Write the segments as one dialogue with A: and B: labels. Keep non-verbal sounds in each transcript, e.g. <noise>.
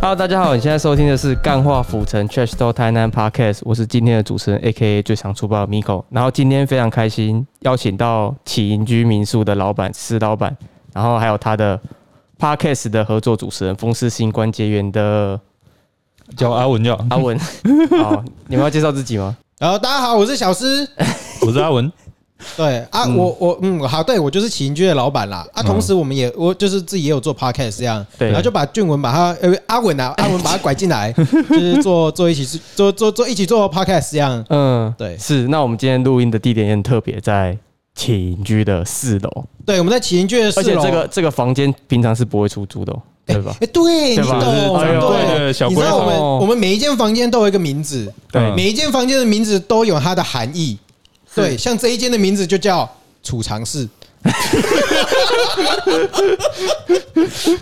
A: Hello，大家好，你现在收听的是《干话府城 Trash Talk 台南 Podcast》，我是今天的主持人 A.K.A 最常出包的 Miko。然后今天非常开心，邀请到启营居民宿的老板石老板，然后还有他的 Podcast 的合作主持人风湿性关节炎
B: <laughs>
A: 的
C: 叫阿文叫，
A: 阿文。好，你们要介绍自己吗？
B: 然后呃大家好，我是小
A: <laughs>
B: 诗。
C: 我是阿文，
B: 对啊，我我嗯好，对我就是起云居的老板啦。啊，同时我们也我就是自己也有做 podcast 这样，
A: 嗯对
B: 然后就把俊文把他呃阿
A: <laughs>
B: 文啊阿文把他拐进来，就是做做一起做做做一起做 podcast 这样。
A: 嗯，
B: 对
A: 是。那我们今天录音的地点也很特别，在启营居的四楼，
B: 对，我们在起云居的四
A: 而且
B: 楼。
A: 这个这个房间平常是不会出租的、哦，对
B: <laughs>
A: 吧？
B: 哎，对你
A: 对吧
B: 懂，
C: 就是
A: 哎呦
C: 对
B: 对，
C: 小
B: 你
C: 龟
B: 知道我们
A: 哦
B: 我们每一间房间都有一个名字，
A: 对
B: 每一间房间的名字都有它的含义。对，像这一间的名字就叫储藏室。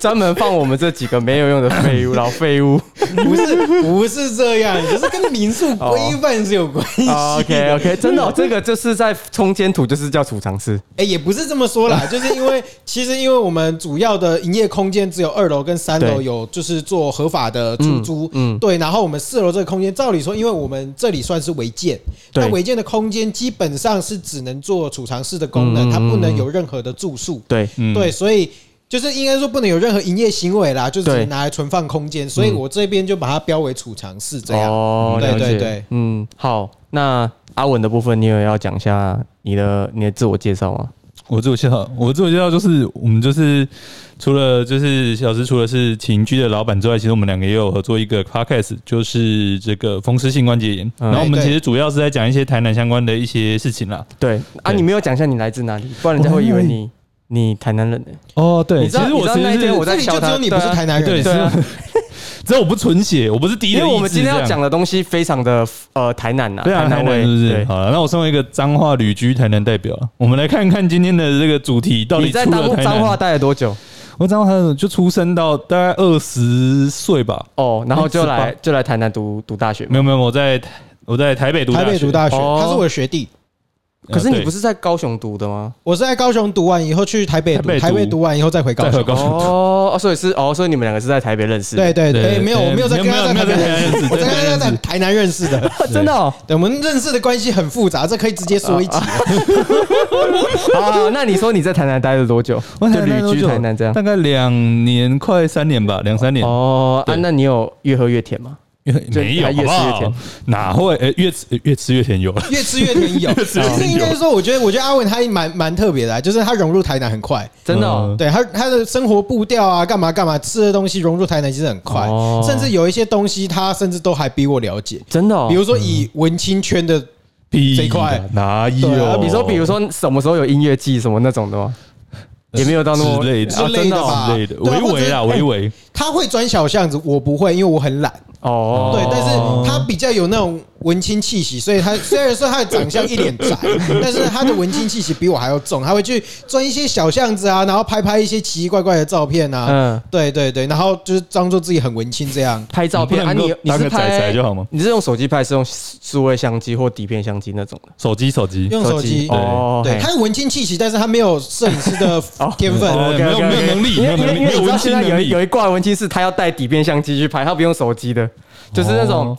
A: 专门放我们这几个没有用的废物，老废物。
B: 不是不是这样，就是跟民宿规范是有关系的。
A: 哦 <laughs> OK OK，真的哦、这个就是在中间土，就是叫储藏室。
B: 哎、也不是这么说
A: <laughs>
B: 啦，就是因为其实因为我们主要的营业空间只有二楼跟三楼
A: 对
B: 有就是做合法的出租，
A: 嗯
B: 嗯，
A: 嗯
B: 对，然后我们四楼这个空间，照理说，因为我们这里算是违建，
A: 对
B: 那违建的空间基本上是只能做储藏室的功
A: 嗯
B: 能，
A: 嗯
B: 它不
A: 嗯
B: 能
A: 嗯
B: 有任何的住宿，
A: 对，
C: 嗯
B: 对，所以。就是应该说不能有任何营业行为啦，就是只
A: 对嗯
B: 能拿来存放空间，所以我这边就把它标为储藏室这样。
A: 哦，
B: 对
A: 了解
B: 对对，
A: 嗯，好。那阿文的部分，你有要讲一下你的你的自我介绍吗？
C: 我自我介绍，我自我介绍就是我们就是除了就是小石除了是情居的老板之外，其实我们两个也有合作一个 podcast，就是这个风湿性关节炎。
A: 嗯
C: 然后我们
B: 哎对
C: 其实主要是在讲一些台南相关的一些事情啦。
A: 对哦啊，
C: 对
A: 你没有讲一下你来自哪里，不然人家会以为你你台南人呢。
C: 哦，对
A: 你知道你知道那一天我
B: 这
A: 在
B: 里
A: 笑
B: 就只
A: 他，
B: 有你不是
A: 对啊
B: 台南人，
C: 对
A: 对啊，
C: 只要我不 <laughs> 纯血，我不是第一
A: 因
C: 的
A: 为我们
C: 意志
A: 今天要
C: 这样
A: 讲的东西非常的呃台南呐，
C: 对啊，台
A: 南
C: 南
A: 味
C: 是不是？
A: 对
C: 好了，那我身为一个彰化旅居台南代表，我们来看看今天的这个主题到底
A: 你在
C: 出了
A: 彰
C: 台
A: 彰化
C: 南。
A: 待了多久？
C: 我彰化就出生到大概二十岁吧，
A: 哦，然后就来
C: 18
A: 就来台南读读大学嘛。
C: 没有没有，我在我在台北读
B: 台北读大学，
A: 哦
B: 他是我的学弟。
A: 可是你不
C: 是
A: 是在高雄读的吗？
B: 我是在高雄读完以后去台北
C: 台北
B: 读，
C: 读
B: 台北读完以后再回高
C: 在
B: 雄。
C: 高雄读？
A: 哦，哦所以是哦，所以你们两个是在台北认识的。
B: 对对对，
C: 对
B: 哎没有，
C: 对
B: 我没有在跟他在
C: 没
B: 台
C: 有
B: 北
C: 没有
B: 认
C: 没有
B: 识，我在跟他在台南认识的。 <laughs>
A: 啊，真的哦。
B: 对，我们认识的关系很复杂，这可以直接说一集。
A: 好好，啊好那你说你在台南待了多
B: <laughs>
A: 久？
C: 我
A: 就
C: 在台南
A: 旅
C: 多
A: 居
C: 久
A: 台南这样。
C: 大概两年快三年吧，两三年。
A: 哦啊，
C: 对
A: 那你有越喝越甜吗？
C: 因为
A: 就
C: 没有，
A: 还越吃
C: 好不
A: 越
C: 好
A: 甜？
C: 哪会？诶，越吃呃越吃越甜有了。
B: <laughs> 越 <laughs> 吃越便宜哦。
C: 吃越
B: 其实
C: 便宜
B: 应该说，我觉得，我觉得阿文他蛮蛮特别的啊，就是他融入台南很快。
A: 真的哦。
B: 对他他的生活步调啊，干嘛干嘛，吃的东西融入台南其实很快
A: 哦，
B: 甚至有一些东西他甚至都还比我了解。
A: 真的哦
B: 比。如说以文青圈的，
C: 屁
B: 这一块
C: 啦哪
B: 对啊
C: 有？
A: 比如说，比如说什么时候有音乐季什么那种的吗？也没有到那么
C: 之类的
A: 啊
B: 之类
A: 真
B: 的
A: 的哦
B: 吧
C: 之类的，
B: 对啊
C: 微微啦，
B: 或者哎
C: 微微。
B: 他会转小巷子，我不会，因为我很懒。
A: 哦。
B: 对，但是他比较有那种文青气息，所以他 <laughs> 虽然说他的长相一脸宅， <laughs> 但是他的文青气息比我还要重，他会去钻一些小巷子啊，然后拍拍一些奇奇怪怪的照片啊，
A: 嗯，
B: 对对对，然后就是装作自己很文青这样。
A: 拍照片啊，
C: 你不能
A: 你
C: 够
A: 你
C: 当
A: 是
C: 个仔仔
A: 拍
C: 就好吗？
A: 你是用手机拍，是用数位相机或底片相机那种的？
C: 手机手机，
B: 用手机
C: 对
A: 哦，
B: 对，
A: 嘿
B: 他有文青气息，但是他没有摄影师
A: <laughs>
B: 的 <laughs> 天
C: 哦
B: 分。
C: 对没有没有能力
A: 因为
C: 没有能力
A: 因为因为你
C: 没有
A: 知道现
C: 文青
A: 在有
C: 能
A: 一
C: 力
A: 有一挂文青是他要带底片相机去拍，他不用手机的，就是那种
C: 哦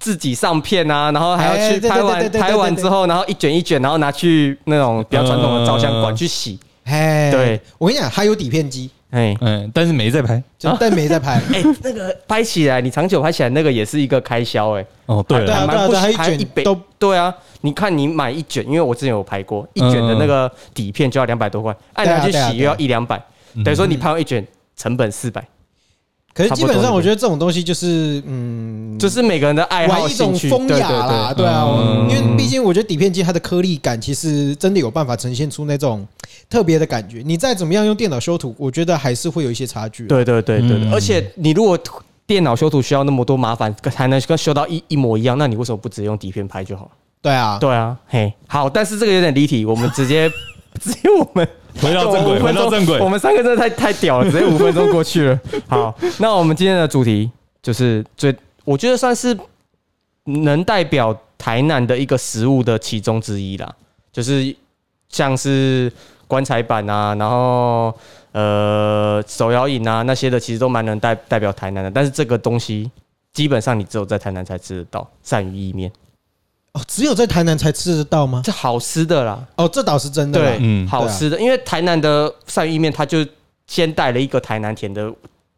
A: 自己上片啊，然后还要去
B: 哎对对
A: 拍
B: 对
A: 完
B: 对对对
A: 拍完之后，然后一卷一卷，然后拿去那种比较传统的照相馆
C: 嗯
A: 去洗。
B: 哎，
A: 对，
B: 我跟你讲，他有底片机，
A: 哎
C: 嗯，但是没在拍。
B: 就但没在拍。
A: <laughs> 哎，那个拍起来，你长久拍起来那个也是一个开销哎。
C: 哦，对
B: 对
C: 了
B: 啊，
A: 蛮不
B: 对啊
A: 喜
B: 还一卷
A: 一杯
B: 都
A: 对啊。你看，你买一卷，因为我之前有拍过一卷的那
C: 嗯
A: 个底片就要两百多块，按
B: 对啊
A: 拿去
B: 对啊
A: 洗又要一两百，等于说你拍完一卷成本四百，
B: 可是基本
A: 差不
B: 上，
A: 多
B: 我觉得这种东西就是，嗯，
A: 就是每个人的爱好
B: 玩一
A: 兴
B: 种
A: 趣，
B: 风
A: 对
B: 雅啦，
A: 对
B: 对啊，
C: 嗯
B: 因为毕竟我觉得底片机它的颗粒感其实真的有办法呈现出那种特别的感觉。你再怎么样用电脑修图，我觉得还是会有一些差距。，
A: 对对对对对对，
C: 嗯
A: 而且你如果电脑修图需要那么多麻烦，才能跟修到一一模一样，那你为什么不直接用底片拍就好了？
B: 对啊，
A: 对啊，嘿，好，但是这个有点离题，我们直接 <laughs> 直接我们
C: 回到正
A: 我们
C: 轨，回
A: 五分钟
C: 到正轨
A: 我。们三个真的太太屌了，直接五分钟过去了。好，那我们今天的主题就是最，我觉得算是能代表台南的一个食物的其中之一啦，就是像是棺材板啊，然后呃手摇饮啊那些的，其实都蛮能代代表台南的。但是这个东西基本上你只有在台南才吃得到，鳝鱼意面，
B: 哦，只有在台南才吃得到吗？
A: 这好吃的啦，
B: 哦，这倒是真的啦。
A: 对，
C: 嗯
A: 好
B: 对啊
A: 吃的，因为台南的鳝鱼意面，它就先带了一个台南甜的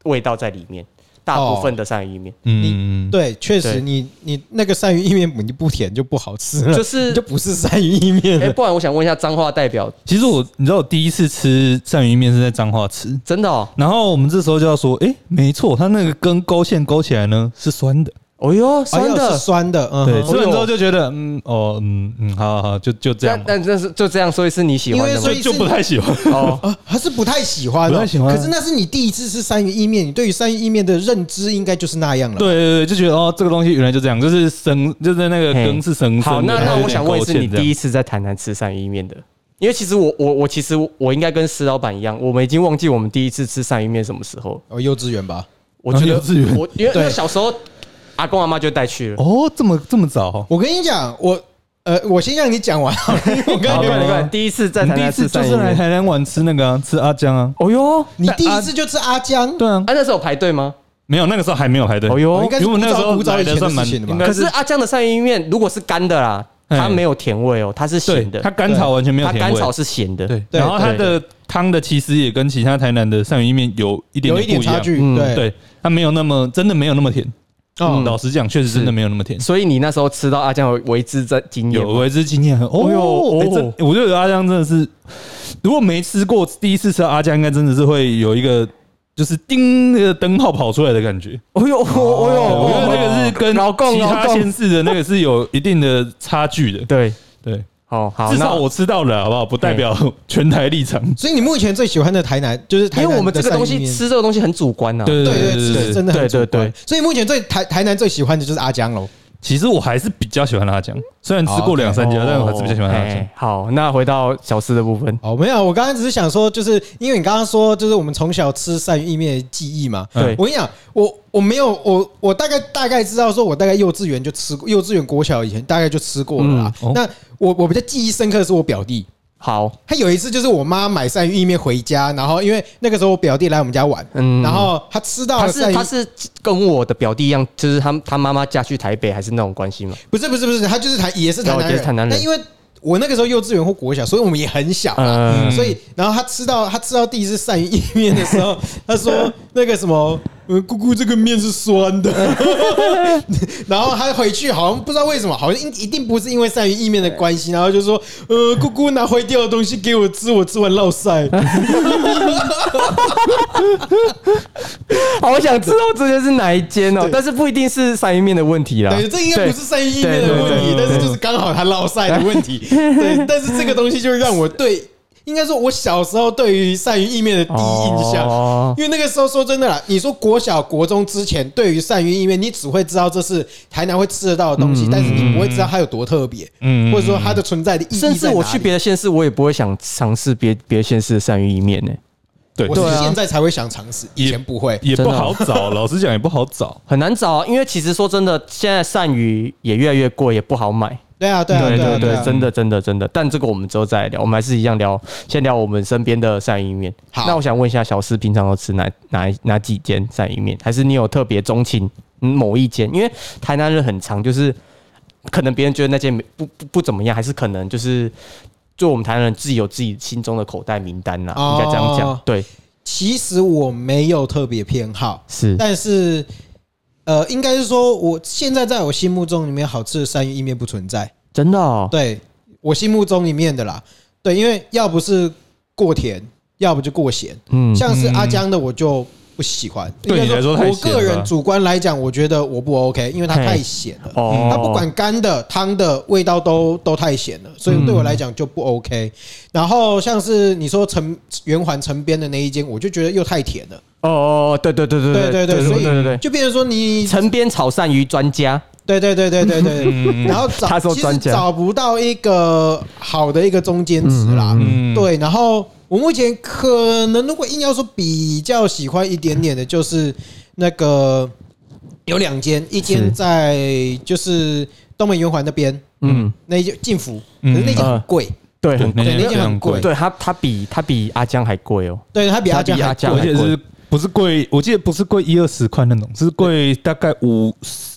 A: 味道在里面，大部分的鳝鱼意面、
C: 嗯，
B: 对，确实
A: 对
B: 你，你那个鳝鱼意面你不甜就不好吃了，
A: 就是
B: 你就不是鳝鱼意面
A: 哎、
B: 了。
A: 不然我想问一下彰化代表，
C: 其实我你知道我第一次吃鳝鱼面是在彰化吃，
A: 真的哦，
C: 然后我们这时候就要说，诶，没错，它那个跟勾芡勾起来呢是酸的，
A: 哦哟，
B: 哎
A: 酸
B: 呦
A: 的
B: 是，酸的，嗯
C: 对，
B: 哼，
C: 吃完之后就觉得，嗯，哦，嗯嗯，好好好，就就这样
A: 但但
C: 吧，
A: 这是就这样，所以是你喜欢的
B: 因为
A: 吗？
C: 就
B: 所以
C: 就是不太喜
A: <laughs>
C: 欢。
A: 哦，
B: 啊，还是不太喜欢、哦，
C: 不太喜欢
B: 可是那是你第一次吃鳝鱼意面，你对于鳝鱼意面的认知应该就是那样了。
C: 对对对，就觉得哦，这个东西原来就这样，就是生，就是那个
A: 嘿
C: 根是生生的。
A: 好，那那我想问，是你第
C: 一
A: 一次在台南吃鳝鱼意面的？因为其实我我我其实我应该跟石老板一样，我们已经忘记我们第一次吃鳝鱼面什么时候了。
B: 哦，幼稚园吧。
A: 我觉
C: 啊幼
A: 得
C: 稚园
A: 我因为因
B: 对
A: 为小时候阿公阿妈就带去了。
C: 哦，这么这么早，
B: 我跟你讲，我呃，我先让你讲完好了，因为我刚
A: 好，没
B: 才没
A: 关系，
B: 有
A: 没
B: 讲
A: 关系第一次在
C: 你
A: 台
C: 第一
A: 南
C: 次
A: 吃
C: 就
A: 鳝
C: 是
A: 鱼
C: 来
A: 面。
C: 台南玩吃那个啊，吃阿江啊，
A: 哦哟，
B: 你第一次就吃阿江，
C: 对啊，
A: 啊，那时候有排队吗？
C: 没有那个时候还没有排队，
A: 哦
B: 哦
A: 哟
B: 应，该是
C: 因为我那个时候
B: 古早
C: 来
B: 以
C: 的
B: 前的
C: 算蛮
B: 事情了吧
C: 应该
A: 可是阿江的鳝鱼面如果是干的啦，
C: 嘿
A: 它没有甜味哦，它是
C: 对
A: 咸的，
C: 它甘草完全没有
A: 它
C: 甜
A: 甘
C: 味
A: 草，是咸的。
C: 对，
B: 对
C: 然后它的汤的其实也跟其他台南的鳝鱼意面有一点
B: 有一点
C: 不一
B: 差
C: 样，
B: 距，
A: 嗯
B: 对，
C: 对，它没有那么真的没有那么甜。
B: 哦
C: 嗯，老实讲，确实真的没有那么甜。
A: 所以你那时候吃到阿江有为之在惊艳
C: 有
A: 吗，
C: 为之经验，哦
A: 哦
C: 哟，
A: 哟
C: 哎
A: 哦
C: 这哎我就觉得阿江真的是，如果没吃过，第一次吃到阿江，应该真的是会有一个就是叮那个灯泡跑出来的感觉。
A: 哦哟，哦哦哟，
B: 对
C: 我觉
A: 哦
C: 得那个是跟
A: 老共
C: 其他
A: 老共
C: 县市的那个是有一定的差距的。
A: 对，
C: 对，
A: 好好，
C: 至
A: 那
C: 少我吃到了，好不好？不代表全台立场。
B: 所以你目前最喜欢的台南就是台
A: 因
B: 南
A: 为我们
B: 的
A: 这个东
B: 鳝鱼
A: 西
B: 面，
A: 吃这个东西很主观啊呐。
C: 对
B: 对
C: 对
B: 对，
C: 对
B: 是
C: 对。
B: 真的很
A: 对对
B: 主
A: 对。
B: 观所以目前最台台南最喜欢的就是阿江喽。
C: 其实我还是比较喜欢阿江，虽然吃过两三家，
A: 哦
C: 但我还是比较喜欢阿江
A: 哎。好，那回到小吃的部分，
B: 哦，没有，我刚刚只是想说，就是因为你刚刚说，就是我们从小吃鳝鱼意面的记忆嘛。
A: 对
B: 我跟你讲，我我没有，我我大概大概知道，说我大概幼稚园就吃过，幼稚园国小以前大概就吃过了啦。
C: 嗯哦
B: 那我我比较记忆深刻的是我表弟，
A: 好，
B: 他有一次就是我妈买鳝鱼意面回家，然后因为那个时候我表弟来我们家玩，
A: 嗯
B: 然后他吃到
A: 他
B: 了鳝
A: 是
B: 鱼
A: 他是跟我的表弟一样，就是他他妈妈嫁去台北还是那种关系嘛？
B: 不是不是不是，他就是台也是台
A: 哦
B: 南
A: 也
B: 人，
A: 是台南人
B: 但因为我那个时候幼稚园或国小，所以我们也很小啦。
A: 嗯
B: 所以然后他吃到他吃到第一次鳝鱼意面的时
A: <laughs>
B: 候，他说那个什么。呃，姑姑，这个面是
A: <laughs>
B: 酸的。然后他回去好像不知道为什么，好像一一定不是因为鳝鱼意面的关系，然后就说：“呃，姑姑拿坏掉的东西给我吃，我吃完
A: <laughs>
B: 落腮。
A: <laughs> 好，我想知道这些是哪一间哦
B: 对，
A: 但是不一定是鳝鱼面的问题啦。
B: 对，这应该不是鳝鱼意面
A: 啊对
B: 的
A: 对
B: 问题，
C: 对
B: 但
C: 对
B: 是就是刚好他落晒的问题。对，但是这个东西就让我对，应该说我小时候对于鳝鱼意面的第一印象。
A: 哦
B: 因为那个时候说真的啦，你说国小、国中之前，对于鳝鱼意面，你只会知道这是台南会吃得到的东西，但是你不会知道它有多特别，
C: 嗯
B: 或者说它的存在的意义在哪
A: 甚
B: 里。
A: 至我去别的县市，我也不会想尝试别别县市的鳝鱼意面呢、
C: 对，
B: 我
A: 对
B: 是
A: 啊
B: 现在才会想尝试，以
C: 也
B: 前不会。
C: 也
A: 真
C: 不
A: 的
C: 好找，老实讲也不好找。
A: 很难找啊。因为其实说真的，现在鳝鱼也越来越贵，也不好买。
B: 对啊，对啊，
A: 对
B: 啊，对
A: 对，
B: 啊。
A: 真的真的真的。但这个我们之后再来聊，我们还是一样聊，先聊我们身边的鳝鱼面。
B: 好
A: 那我想问一下，小四平常都吃哪哪哪几间鳝鱼面？还是你有特别钟情嗯某一间？因为台南人很常就是，可能别人觉得那间没不不不怎么样，还是可能就是。就我们台南人自己有自己心中的口袋名单啦，
B: 哦
A: 应该这样讲。对，
B: 其实我没有特别偏好，
A: 是
B: 但是，呃，应该是说，我现在在我心目中里面好吃的鳝鱼意面不存在。
A: 真的哦。
B: 对我心目中里面的啦，对，因为要不是过甜，要不就过咸。
A: 嗯，
B: 像是阿江的，我就不喜欢。
C: 对
B: 应该
C: 你来说太
B: 我
C: 咸了
B: 个人主观来讲，我觉得我不 OK，因为它
A: 嘿
B: 太咸了。
A: 哦
B: 它不管干的、汤的味道都都太咸了，所以对我来讲就不
C: 嗯
B: OK。然后像是你说城圆环城边的那一间，我就觉得又太甜了。
A: 哦哦，哦对对对对
B: 对对对，
A: 对
B: 所
A: 对对对对，
B: 以就变成说你
A: 城边炒鳝鱼专家，
B: 对对对对对
A: 嗯
B: 对，然后找
A: 他说
B: 其实
A: 专家
B: 找不到一个好的一个中间值啦。
C: 嗯，
B: 对，然后我目前可能如果硬要说比较喜欢一点点的，就是那个有两间，一间
A: 是
B: 在就是东门圆环那边
A: 嗯，
B: 那一间进福，可
C: 嗯
B: 是那间很贵，
A: 对，很贵
C: 那间
B: 那间
C: 非常
B: 很贵
C: 贵，
A: 对它它比它比阿江还贵哦，
B: 对他比阿
A: 它
B: 江
A: 比
B: 还
A: 阿江
C: 而
A: 还
C: 且是不是贵？我记得不是贵一二十块那种，是贵大概五，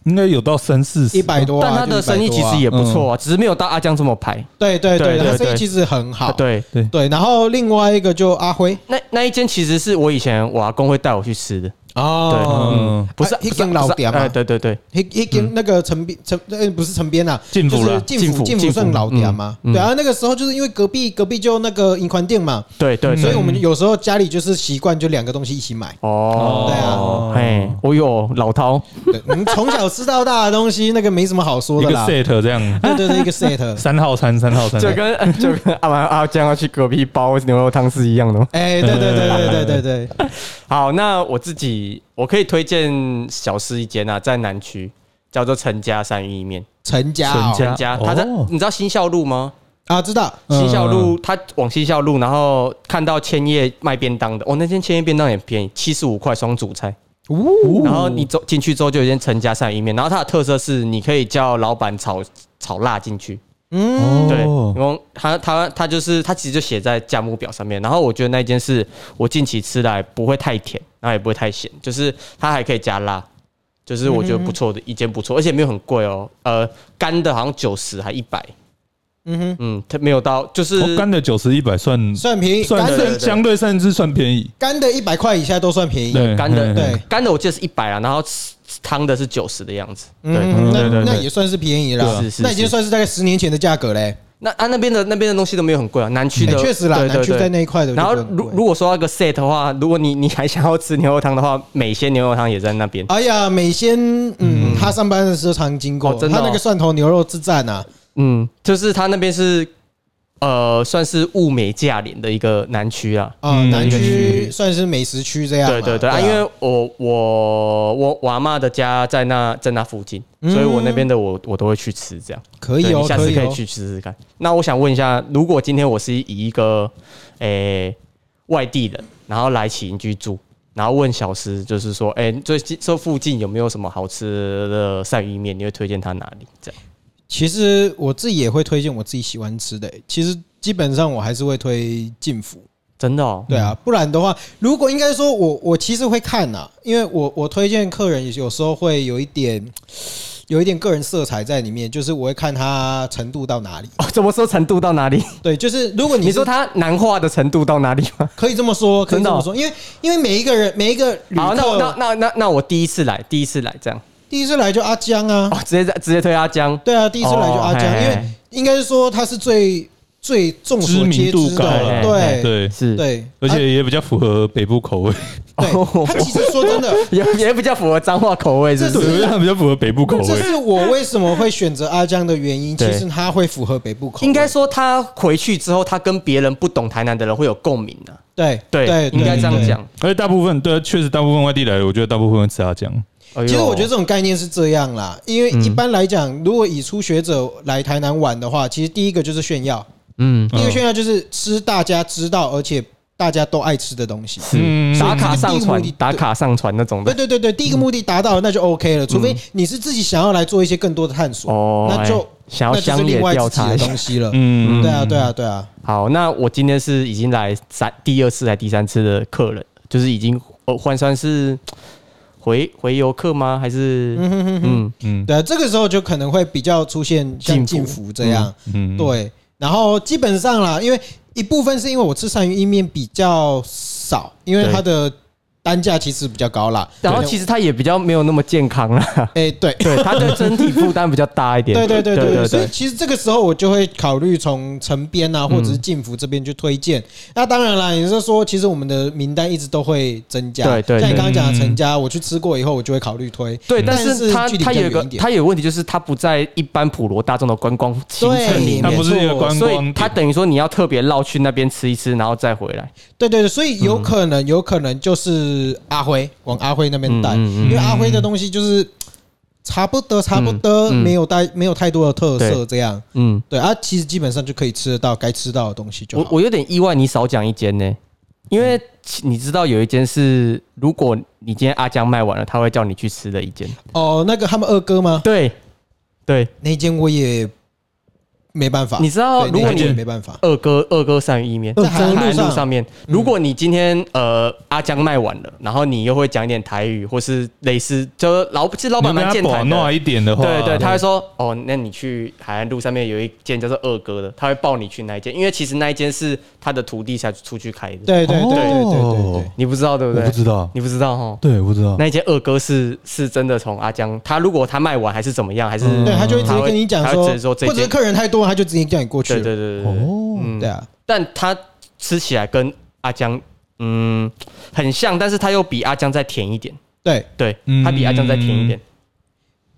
C: 应该有到三四十
B: 一百。多啊，
A: 但它的
B: 就100
A: 生意其
B: 多啊
A: 实也不错啊，只是没有到阿江这么排。
B: 对对对，
A: 对对
B: 他生意
A: 对
B: 其实很好。
A: 对，
B: 对，然后另外一个就阿辉
A: 那那一间其实是我以前我阿公会带我去吃的，
B: 哦，
C: 嗯，
A: 不是
B: 啊一
A: 不是
B: 间老
A: 不是
B: 店嘛
A: 哎对对对，
B: 一一跟那个城边城呃不是城边啊，
C: 进府啦
B: 就是进府
A: 嗯进
B: 进
A: 府
B: 府算老店嘛。
A: 嗯嗯
B: 对啊，那个时候就是因为隔壁隔壁就那个银宽店嘛，
A: 对对，
B: 所以
A: 对
B: 我们有时候家里就是习惯就两个东西一起买。
A: 哦，
B: 对
C: 啊
A: 嘿，我有老饕，
B: 对，我们从小吃到大的东西，那个没什么好说
C: 一
B: 的
C: 个
B: 啦。
C: set 这
B: <laughs>
C: 样，
B: 对对对，一个
A: <laughs>
B: set。
C: 三号餐，三
B: 嗯
C: 号餐，
A: 就跟 <laughs> 就跟阿蛮阿江要去隔壁包牛肉汤是一样的哦。
B: 哎，对对对对对
A: <laughs>
B: 对对，
A: 好，那我自己我可以推荐小吃一间啊，在南区叫做陈家三意面。
B: 陈家
C: 陈
B: 哦
C: 家
A: 陈家，他在
C: 哦
A: 你知道新校路吗？
B: 啊，知道
C: 嗯
A: 新校路，他往新校路，然后看到千叶卖便当的，哦，那间千叶便当也很便宜，七十五块双主菜。
C: 哦
A: 然后你走进去之后就有一间陈家善意面，然后它的特色是你可以叫老板炒炒辣进去，
C: 哦
A: 对，然后它它它就是它其实就写在价目表上面。然后我觉得那一间是我近期吃来不会太甜，然后也不会太咸，就是它还可以加辣，就是我觉得不错的一间不错，而且没有很贵哦，呃，干的好像九十还一百，
B: 嗯哼，
A: 嗯，它没有到就是
C: 哦干的九十一百算
B: 算便宜，
C: 算
B: 干
A: 对对
C: 算
B: 的
A: 对
C: 相对甚至算便宜，
B: 干的一百块以下都算便宜。
C: 对
A: 干的
C: 嗯
B: 对
A: 干的我记得是一百啊，然后吃汤的是九十的样子，对。
B: 嗯，那
C: 对对对
B: 那也算是便宜
A: 对
B: 了
A: 是是，
B: 那已经
A: 是
B: 算是大概十年前的价格嘞。
A: 那啊那边的那边的东西都没有很贵啊，南区的
B: 哎确实啦
A: 对对
B: 南区
A: 对
B: 在那一块的
A: 然后
B: 就不很
A: 如
B: 贵
A: 如果说到一个 set 的话，如果你你还想要吃牛肉汤的话，美鲜牛肉汤也在那边。
B: 哎呀，美仙，嗯，他上班的时候常经过，
A: 哦真的哦
B: 他那个蒜头牛肉之战啊，
A: 嗯，就是它那边是呃算是物美价廉的一个南区啊。
B: 啊、
C: 嗯
B: 南
C: 那个
B: 区
C: 区
B: 算是美食区这样嘛。
A: 对对对
B: 啊
A: 啊，因为我我我我阿妈的家在那在那附近，
B: 嗯
A: 所以我那边的我我都会去吃这样。
B: 可以
A: 对
B: 哦
A: 你，下次
B: 可以
A: 可以
B: 哦，
A: 去试试看。那我想问一下，如果今天我是以一个诶、外地人，然后来起营居住，然后问小师，就是说，诶、最近这附近有没有什么好吃的鳝鱼面？你会推荐他哪里？这样
B: 其实我自己也会推荐我自己喜欢吃的、其实基本上我还是会推晋府。
A: 真的哦，
B: 对啊，不然的话，如果应该说我我其实会看呐、因为我我推荐客人有时候会有一点。有一点个人色彩在里面，就是我会看他程度到哪里。
A: <laughs> 哦，怎么说程度到哪里？
B: 对，就是如 <laughs> 果你
A: 你
B: 是
A: 说他难化的程度到哪里吗？
B: 可以这么说，可
A: 真
B: 以这
A: 的哦
B: 么说，因为因为每一个人每一个旅
A: 好，那我那
B: 客
A: 那那那我第一次来，第一次来这样，
B: 第一次来就阿江啊，
A: 哦，直接在直接推阿江，
B: 对啊，第一次来就阿江，
A: 哦嘿
B: 因为应该是说他是最最众所皆
C: 知名
B: 知
C: 度高
B: 的，
A: 啦
B: 对
C: 对，
A: 是，
B: 对，
C: 而且也比较符合北部口味，
A: <laughs>
B: 啊对，他其实说真的，
A: 也也比较符合彰化口味，是不
B: 这
A: 是？
B: 是
C: 对，它比较符合北部口
B: 这
C: 味。
B: 是我为什么会选择阿江的原因。其
A: 对
B: 实他会符合北部口味，
A: 应该说他回去之后，他跟别人不懂台南的人会有共鸣啊。
B: 对
A: 对，
B: 对，
A: 应该这样
B: 对。
A: 讲。哎
C: 而且大部分对，确实大部分外地来的，我觉得大部分会吃阿酱。
A: 哎呦
B: 其实我觉得这种概念是这样啦，因为
A: 嗯
B: 一般来讲，如果以初学者来台南玩的话，其实第一个就是炫耀，
A: 嗯，
B: 第一个炫耀就是吃大家知道而且大家都爱吃的东西。
C: 嗯
A: 是打卡上
B: 所以
A: 传
B: 你的目的，
A: 打卡上传那种
B: 对
A: 的。
B: 对对对，第一个目的达到了，那就 OK 了。除非你是自己想要来做一些更多的探索，
A: 嗯哦
B: 那就
A: 哎想要
B: 那就是
A: 乡野
B: 另外
A: 调
B: 自己
A: 查
B: 的
A: 一下
B: 东西了。
C: 嗯
B: 对啊，对啊，对啊，
A: 好，那我今天是已经来三第二次来第三次的客人，就是已经呃换算是回回游客吗？还是嗯
C: 嗯
B: 对啊，这个时候就可能会比较出现像
A: 进
B: 进
A: 服
B: 福这样。
C: 嗯，
B: 对，然后基本上啦，因为一部分是因为我吃鳝鱼意面比较少，因为
A: 对
B: 它的单价其实比较高啦。
A: 然后其实他也比较没有那么健康啦，
B: 哎，对。
A: 对，他对身体负担比较大一点。
B: 对对对对
A: 对
B: 对，所以其实这个时候我就会考虑从城边啊，或者是晋福这边去推荐。那当然啦，你是说其实我们的名单一直都会增加，
A: 对对
B: 像你
A: 对
B: 刚刚讲的
C: 嗯
B: 陈家，我去吃过以后，我就会考虑推。
A: 对，
B: 但
A: 但是他
B: 距离
A: 他
B: 比较
A: 有一个
B: 远一点
A: 他有问题，就是他不在一般普罗大众的观光行程
B: 对，
A: 里
C: 嗯它
A: 面
C: 不，是一个
B: 没错
C: 观
A: 所
C: 光
A: 以
C: 点
A: 他等于说你要特别绕去那边吃一吃，然后再回来。
B: 对对对，所
A: 嗯
B: 以有可能，有可能就是阿辉往阿辉那边带，
A: 嗯嗯嗯
B: 因为阿辉的东西就是差不多，差不多
A: 嗯嗯
B: 没有带没有太多的特色
A: 对
B: 这样。
A: 嗯，
B: 对啊，其实基本上就可以吃得到该吃到的东西就
A: 我
B: 好。
A: 我有点意外，你少讲一间呢，因为其你知道有一间是，如果你今天阿江卖完了，他会叫你去吃的
B: 哦
A: 一间。
B: 哦，那个他们二哥吗？
A: 对，对，
B: 那间我也没办法。
A: 你知道
B: 对
A: 如果
B: 那个
A: 你
B: 也没办法，
A: 二哥二哥鳝鱼意面
B: 在
A: 在
B: 海岸路
A: 海岸路
B: 上嗯
A: 上面，如果你今天呃阿江卖完了，然后你又会讲一点台语或是类似，就是老其实老板蛮健谈
C: 弄
A: 的。
C: 一点的话，
A: 对对，他会说哦，那你去海岸路上面有一间叫做二哥的，他会抱你去那一间，因为其实那一间是他的徒弟才出去开的。
B: 对对对对对对对
C: 哦
B: 对，
A: 你不知道对啊不
C: 我
A: 对？
C: 不知道，
A: 你不知道哈？
C: 对，我不知道，
A: 那一间二哥是是真的从阿江，他如果他卖完还是怎么样，还是
C: 嗯
B: 对他就会直接跟你讲
A: 他
B: 说
A: 会直接，说这
B: 或者是
A: 间，
B: 客人太多，他就直接叫你过去
A: 对
B: 了。
A: 对对对对，
C: 哦，
A: 嗯
B: 对啊，
A: 但它吃起来跟阿江嗯很像，但是它又比阿江再甜一点。
B: 对。
A: 对
C: 嗯，
A: 它比阿江再甜一点。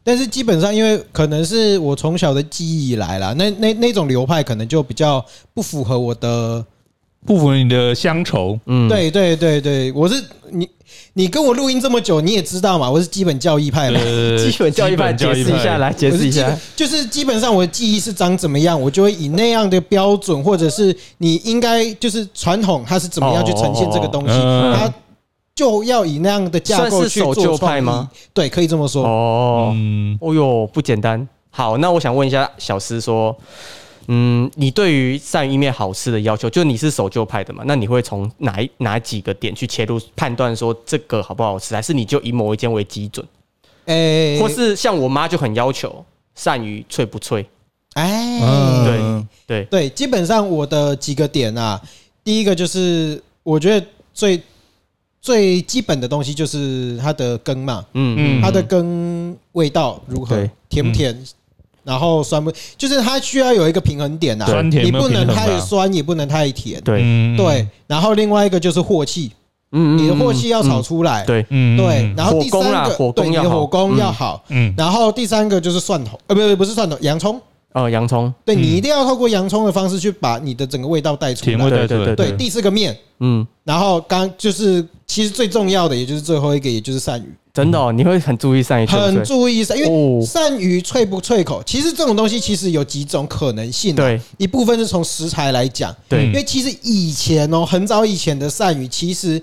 B: 但是基本上，因为可能是我从小的记忆以来啦，那那那种流派可能就比较不符合我的。
C: 不符你的乡愁，
A: 嗯，
B: 对对对对，我是你，你跟我录音这么久，你也知道嘛，我是基本教义派嘛。
A: <laughs>
C: 呃
A: 基本教育派解释一下，，来解
B: 我
A: 释
B: 是
A: 一
B: 基
A: 下
B: 本。就是基本上我的记忆是长怎么样，我就会以那样的标准，或者是你应该就是传统它是怎么样去呈现这个东西，
C: 哦
B: 它就要以那样的架构
A: 算是
B: 去
A: 守
B: 做
A: 旧
B: 创
A: 派
B: 意
A: 吗？
B: 对，可以这么说。
A: 哦，
C: 嗯，
A: 哦哟，不简单。好，那我想问一下小诗说，嗯，你对于鳝鱼意面好吃的要求，就你是守旧派的嘛？那你会从哪一哪几个点去切入判断说这个好不好吃，还是你就以某一间为基准，
B: 诶、
A: 或是像我妈就很要求鳝鱼脆不脆？
B: 哎，
A: 对
C: 嗯，
A: 对，
B: 对，基本上我的几个点啊，第一个就是我觉得最最基本的东西就是它的根嘛，
A: 嗯
C: 嗯
B: 它的根味道如何
A: 对，
B: 甜不甜，然后酸不，就是它需要有一个平衡点啊，
C: 酸甜
B: 你
C: 有没有
B: 不能
C: 平衡吧
B: 太酸，也不能太甜。
A: 对，
C: 嗯
B: 对，，然后另外一个就是镬气，
A: 嗯
B: 你的镬气要炒
A: 出
B: 出来。
A: 对，
C: 嗯啊
B: 对，然后第
A: 火
B: 三
A: 攻啦
B: 个，
A: 火
B: 对
A: 攻
B: 你
A: 要
B: 的火
A: 好
B: 攻要
A: 嗯
B: 好。
C: 嗯，
B: 然后第三个就是蒜头，呃，不不不是蒜头，洋葱。
A: 呃，洋葱，
B: 对你
C: 嗯
B: 一定要透过洋葱的方式去把你的整个味道带出
C: 甜
B: 来
C: 味。带出
A: 对
C: 来，
A: 对
B: 对，第四个面，
A: 嗯，
B: 然后刚就是其实最重要的，也就是最后一个，也就是鳝鱼，
A: 真的哦，你会很注意鳝鱼脆
B: 嗯很
A: 不脆？
B: 注意啊鳝，因为
A: 哦，
B: 鳝鱼脆不脆口，其实这种东西其实有几种可能性、啊，
A: 对嗯
B: 一部分是从食材来讲，因
A: 对，
B: 为其实以前哦，很早以前的鳝鱼，其实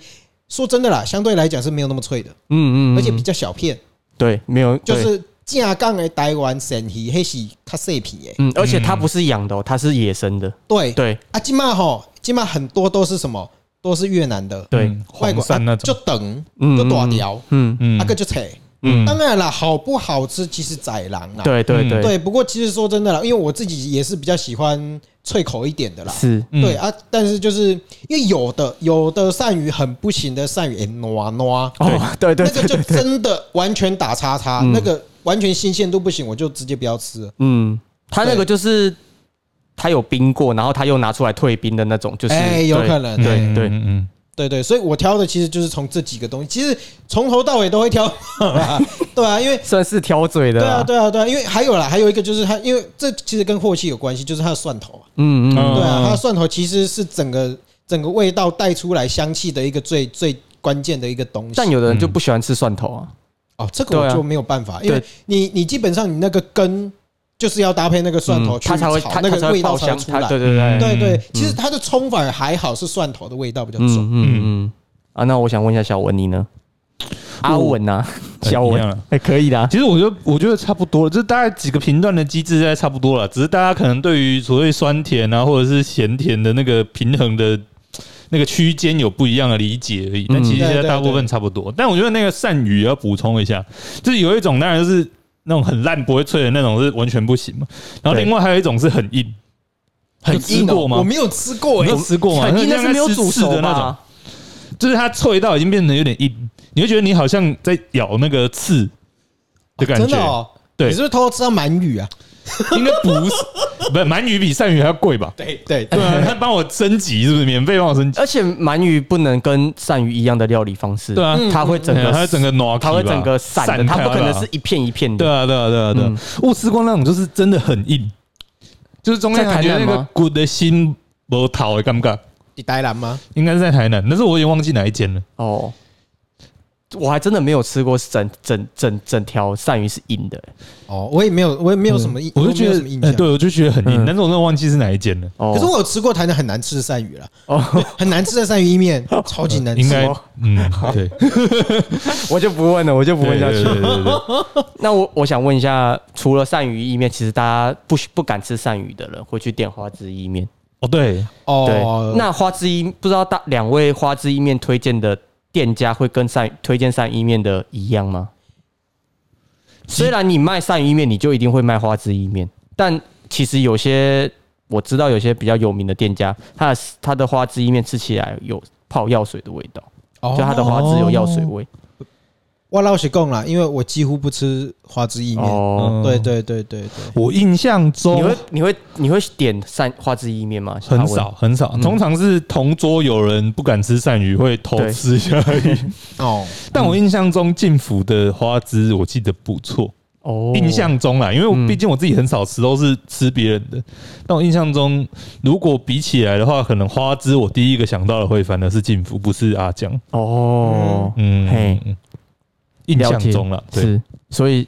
B: 说真的啦，相对来讲是没有那么脆的，
A: 嗯嗯，嗯
B: 而且比较小片，
A: 对，没有，
B: 就
A: 对
B: 是架杠的台湾鳝鱼，黑是它碎皮诶，
A: 嗯，而且它
C: 嗯
A: 不是养的哦，它是野生的，
B: 对
A: 对
B: 啊，今嘛吼，今嘛很多都是什么，都是越南的。
A: 对，
C: 嗯
B: 外
C: 黄
B: 国
C: 鳝那
B: 啊
C: 种
B: 就，等
A: 嗯，
B: 就大
A: 嗯，
B: 条，
A: 嗯
C: 嗯
B: 啊个就切。
C: 嗯
B: 当然啦，好不好吃其实宰狼啦。
A: 对对
C: 嗯
A: 啊对，
B: 对，不过其实说真的啦，因为我自己也是比较喜欢脆口一点的啦。
A: 是，
C: 嗯
B: 对，啊，但是就是因为有的有的鳝鱼很不行的鳝鱼，哎，挪挪，
A: 哦，
B: <laughs>
A: 对对
B: 那个
A: 对，
B: 就真的完全打叉叉，
A: 嗯
B: 那个完全新鲜度不行，我就直接不要吃了。
A: 嗯，它那个就是它有冰过，然后它又拿出来退冰的那种，就是，
B: 哎，有
A: 对
B: 可能，
A: 对
B: 对
C: 嗯
A: 对
C: 嗯嗯，
B: 对对，所以我挑的其实就是从这几个东西，其实从头到尾都会挑， <laughs> 对啊，因为
A: 算是挑嘴的
B: 对啊，
A: 啦，
B: 对啊，对啊，因为还有啦，还有一个就是它，因为这其实跟镬气有关系，就是它的蒜头啊，
A: 嗯嗯，
C: 嗯
B: 对啊，它的蒜头其实是整个整个味道带出来香气的一个最最关键的一个东西。
A: 但有的人
C: 嗯
A: 就不喜欢吃蒜头啊，
B: 哦，这个我
A: 对啊
B: 就没有办法，因为
A: 对
B: 你你基本上你那个根就是要搭配那个蒜头
A: 嗯
B: 去
A: 它才会
B: 炒，
A: 它
B: 那
A: 它才
B: 个
A: 会
B: 味
A: 爆
B: 道才
A: 香，
B: 会出
A: 它
B: 来。
A: 对对对
C: 嗯
B: 对对，其实它的葱反而还好，是蒜头的味道比较重。
A: 嗯嗯啊，那我想问一下小文你呢？阿文呐、小
C: 呃一
A: 文
C: 样了，
A: 哎，可以的啊。
C: 其实我觉得，我觉得差不多了，就是大概几个频段的机制，大概差不多了。只是大家可能对于所谓酸甜啊，或者是咸甜的那个平衡的那个区间有不一样的理解而已。但其实现在大部分差不多。但我觉得那个鳝鱼要补充一下，就是有一种当然就是那种很烂不会脆的那种是完全不行嘛。然后
A: 对
C: 另外还有一种是很硬，很吃
B: 硬哦
C: 过吗
B: 我？没有吃过
C: 我
B: 哎、
C: 没有
B: 欸，
C: 吃过嘛，
A: 肯定那是没有煮
C: 那应该
A: 熟
C: 是刺的那种
A: 吧，？
C: 就是它脆到已经变成有点硬，你会觉得你好像在咬那个刺的感觉。
B: 真的哦。
C: 对
B: 你是不是偷偷吃到鳗鱼啊？
A: <laughs>
C: 应该不是，不是鳗鱼比鳝鱼还要贵吧？
B: 对对
A: <laughs>
C: 对啊，他帮我升级是不是？免费帮我升级？
A: 而且鳗鱼不能跟鳝鱼一样的料理方式，
C: 对啊
A: 嗯它会整
C: 对啊
A: 个
C: 它会整个挪开吧
A: 它会整个散的，
C: 散开
A: 它
C: 吧
A: 不可能是一片一片
C: 对
A: 的。
C: 啊，对啊，对啊，对啊
A: 嗯！
C: 我吃过那种就是真的很硬，就是中间
A: 在台
C: 感觉那
A: 南
C: 个
A: 吗
C: 骨的心不讨的尴尬，
B: 你呆蓝吗？
C: 应该是在台南，但是我也忘记哪一间了。
A: 哦，我还真的没有吃过整整整整条鳝鱼是硬的、
B: 哦，我也没有，我也没有什么印，
C: 我就
B: 没
C: 觉
B: 有
C: 得
B: 什么印，
C: 呃
B: 象。
C: 对，我就觉得很硬，
A: 嗯
C: 但是我真的忘记是哪一间了。
A: 哦，
B: 可是我有吃过台南很难吃的鳝鱼了，
A: 哦，
B: 很难吃的鳝鱼意面，超级难吃。
C: 应该，嗯，对，
A: 我就不问了， <laughs> 我就不
C: 对
A: 问下
C: 对
A: 去。
C: 对对对，
A: 那我我想问一下，除了鳝鱼意面，其实大家不喜不敢吃鳝鱼的人会去点花枝意面。
C: 哦对，
A: 对，
B: 哦，
A: 那花枝意不知道大两位花枝意面推荐的店家会跟鳝推荐鳝意面的一样吗？虽然你卖鳝鱼意面，你就一定会卖花枝意面，但其实有些我知道有些比较有名的店家，他的他的花枝意面吃起来有泡药水的味道，
B: 哦
A: 就它的花枝有药水味。
B: 我老实讲啦，因为我几乎不吃花枝意面。
A: 哦，
C: 嗯
B: 对，对对对对，
C: 我印象
A: 你
C: 中
A: 会你会你会点鳝花枝意面吗？
C: 很少很少，
A: 嗯
C: 通常是同桌有人不敢吃鳝鱼，会偷
A: 对
C: 吃一下而已。
B: 哦，
C: <laughs> 但我印象中晋府的花枝我记得不错，
A: 哦，
C: 印象中啦，因为我
A: 嗯
C: 毕竟我自己很少吃，都是吃别人的。但我印象中，如果比起来的话，可能花枝我第一个想到的会反而是晋府，不是阿江。
A: 哦，
C: 嗯，
A: 嘿
C: 嗯印象中了，对，
A: 是，所以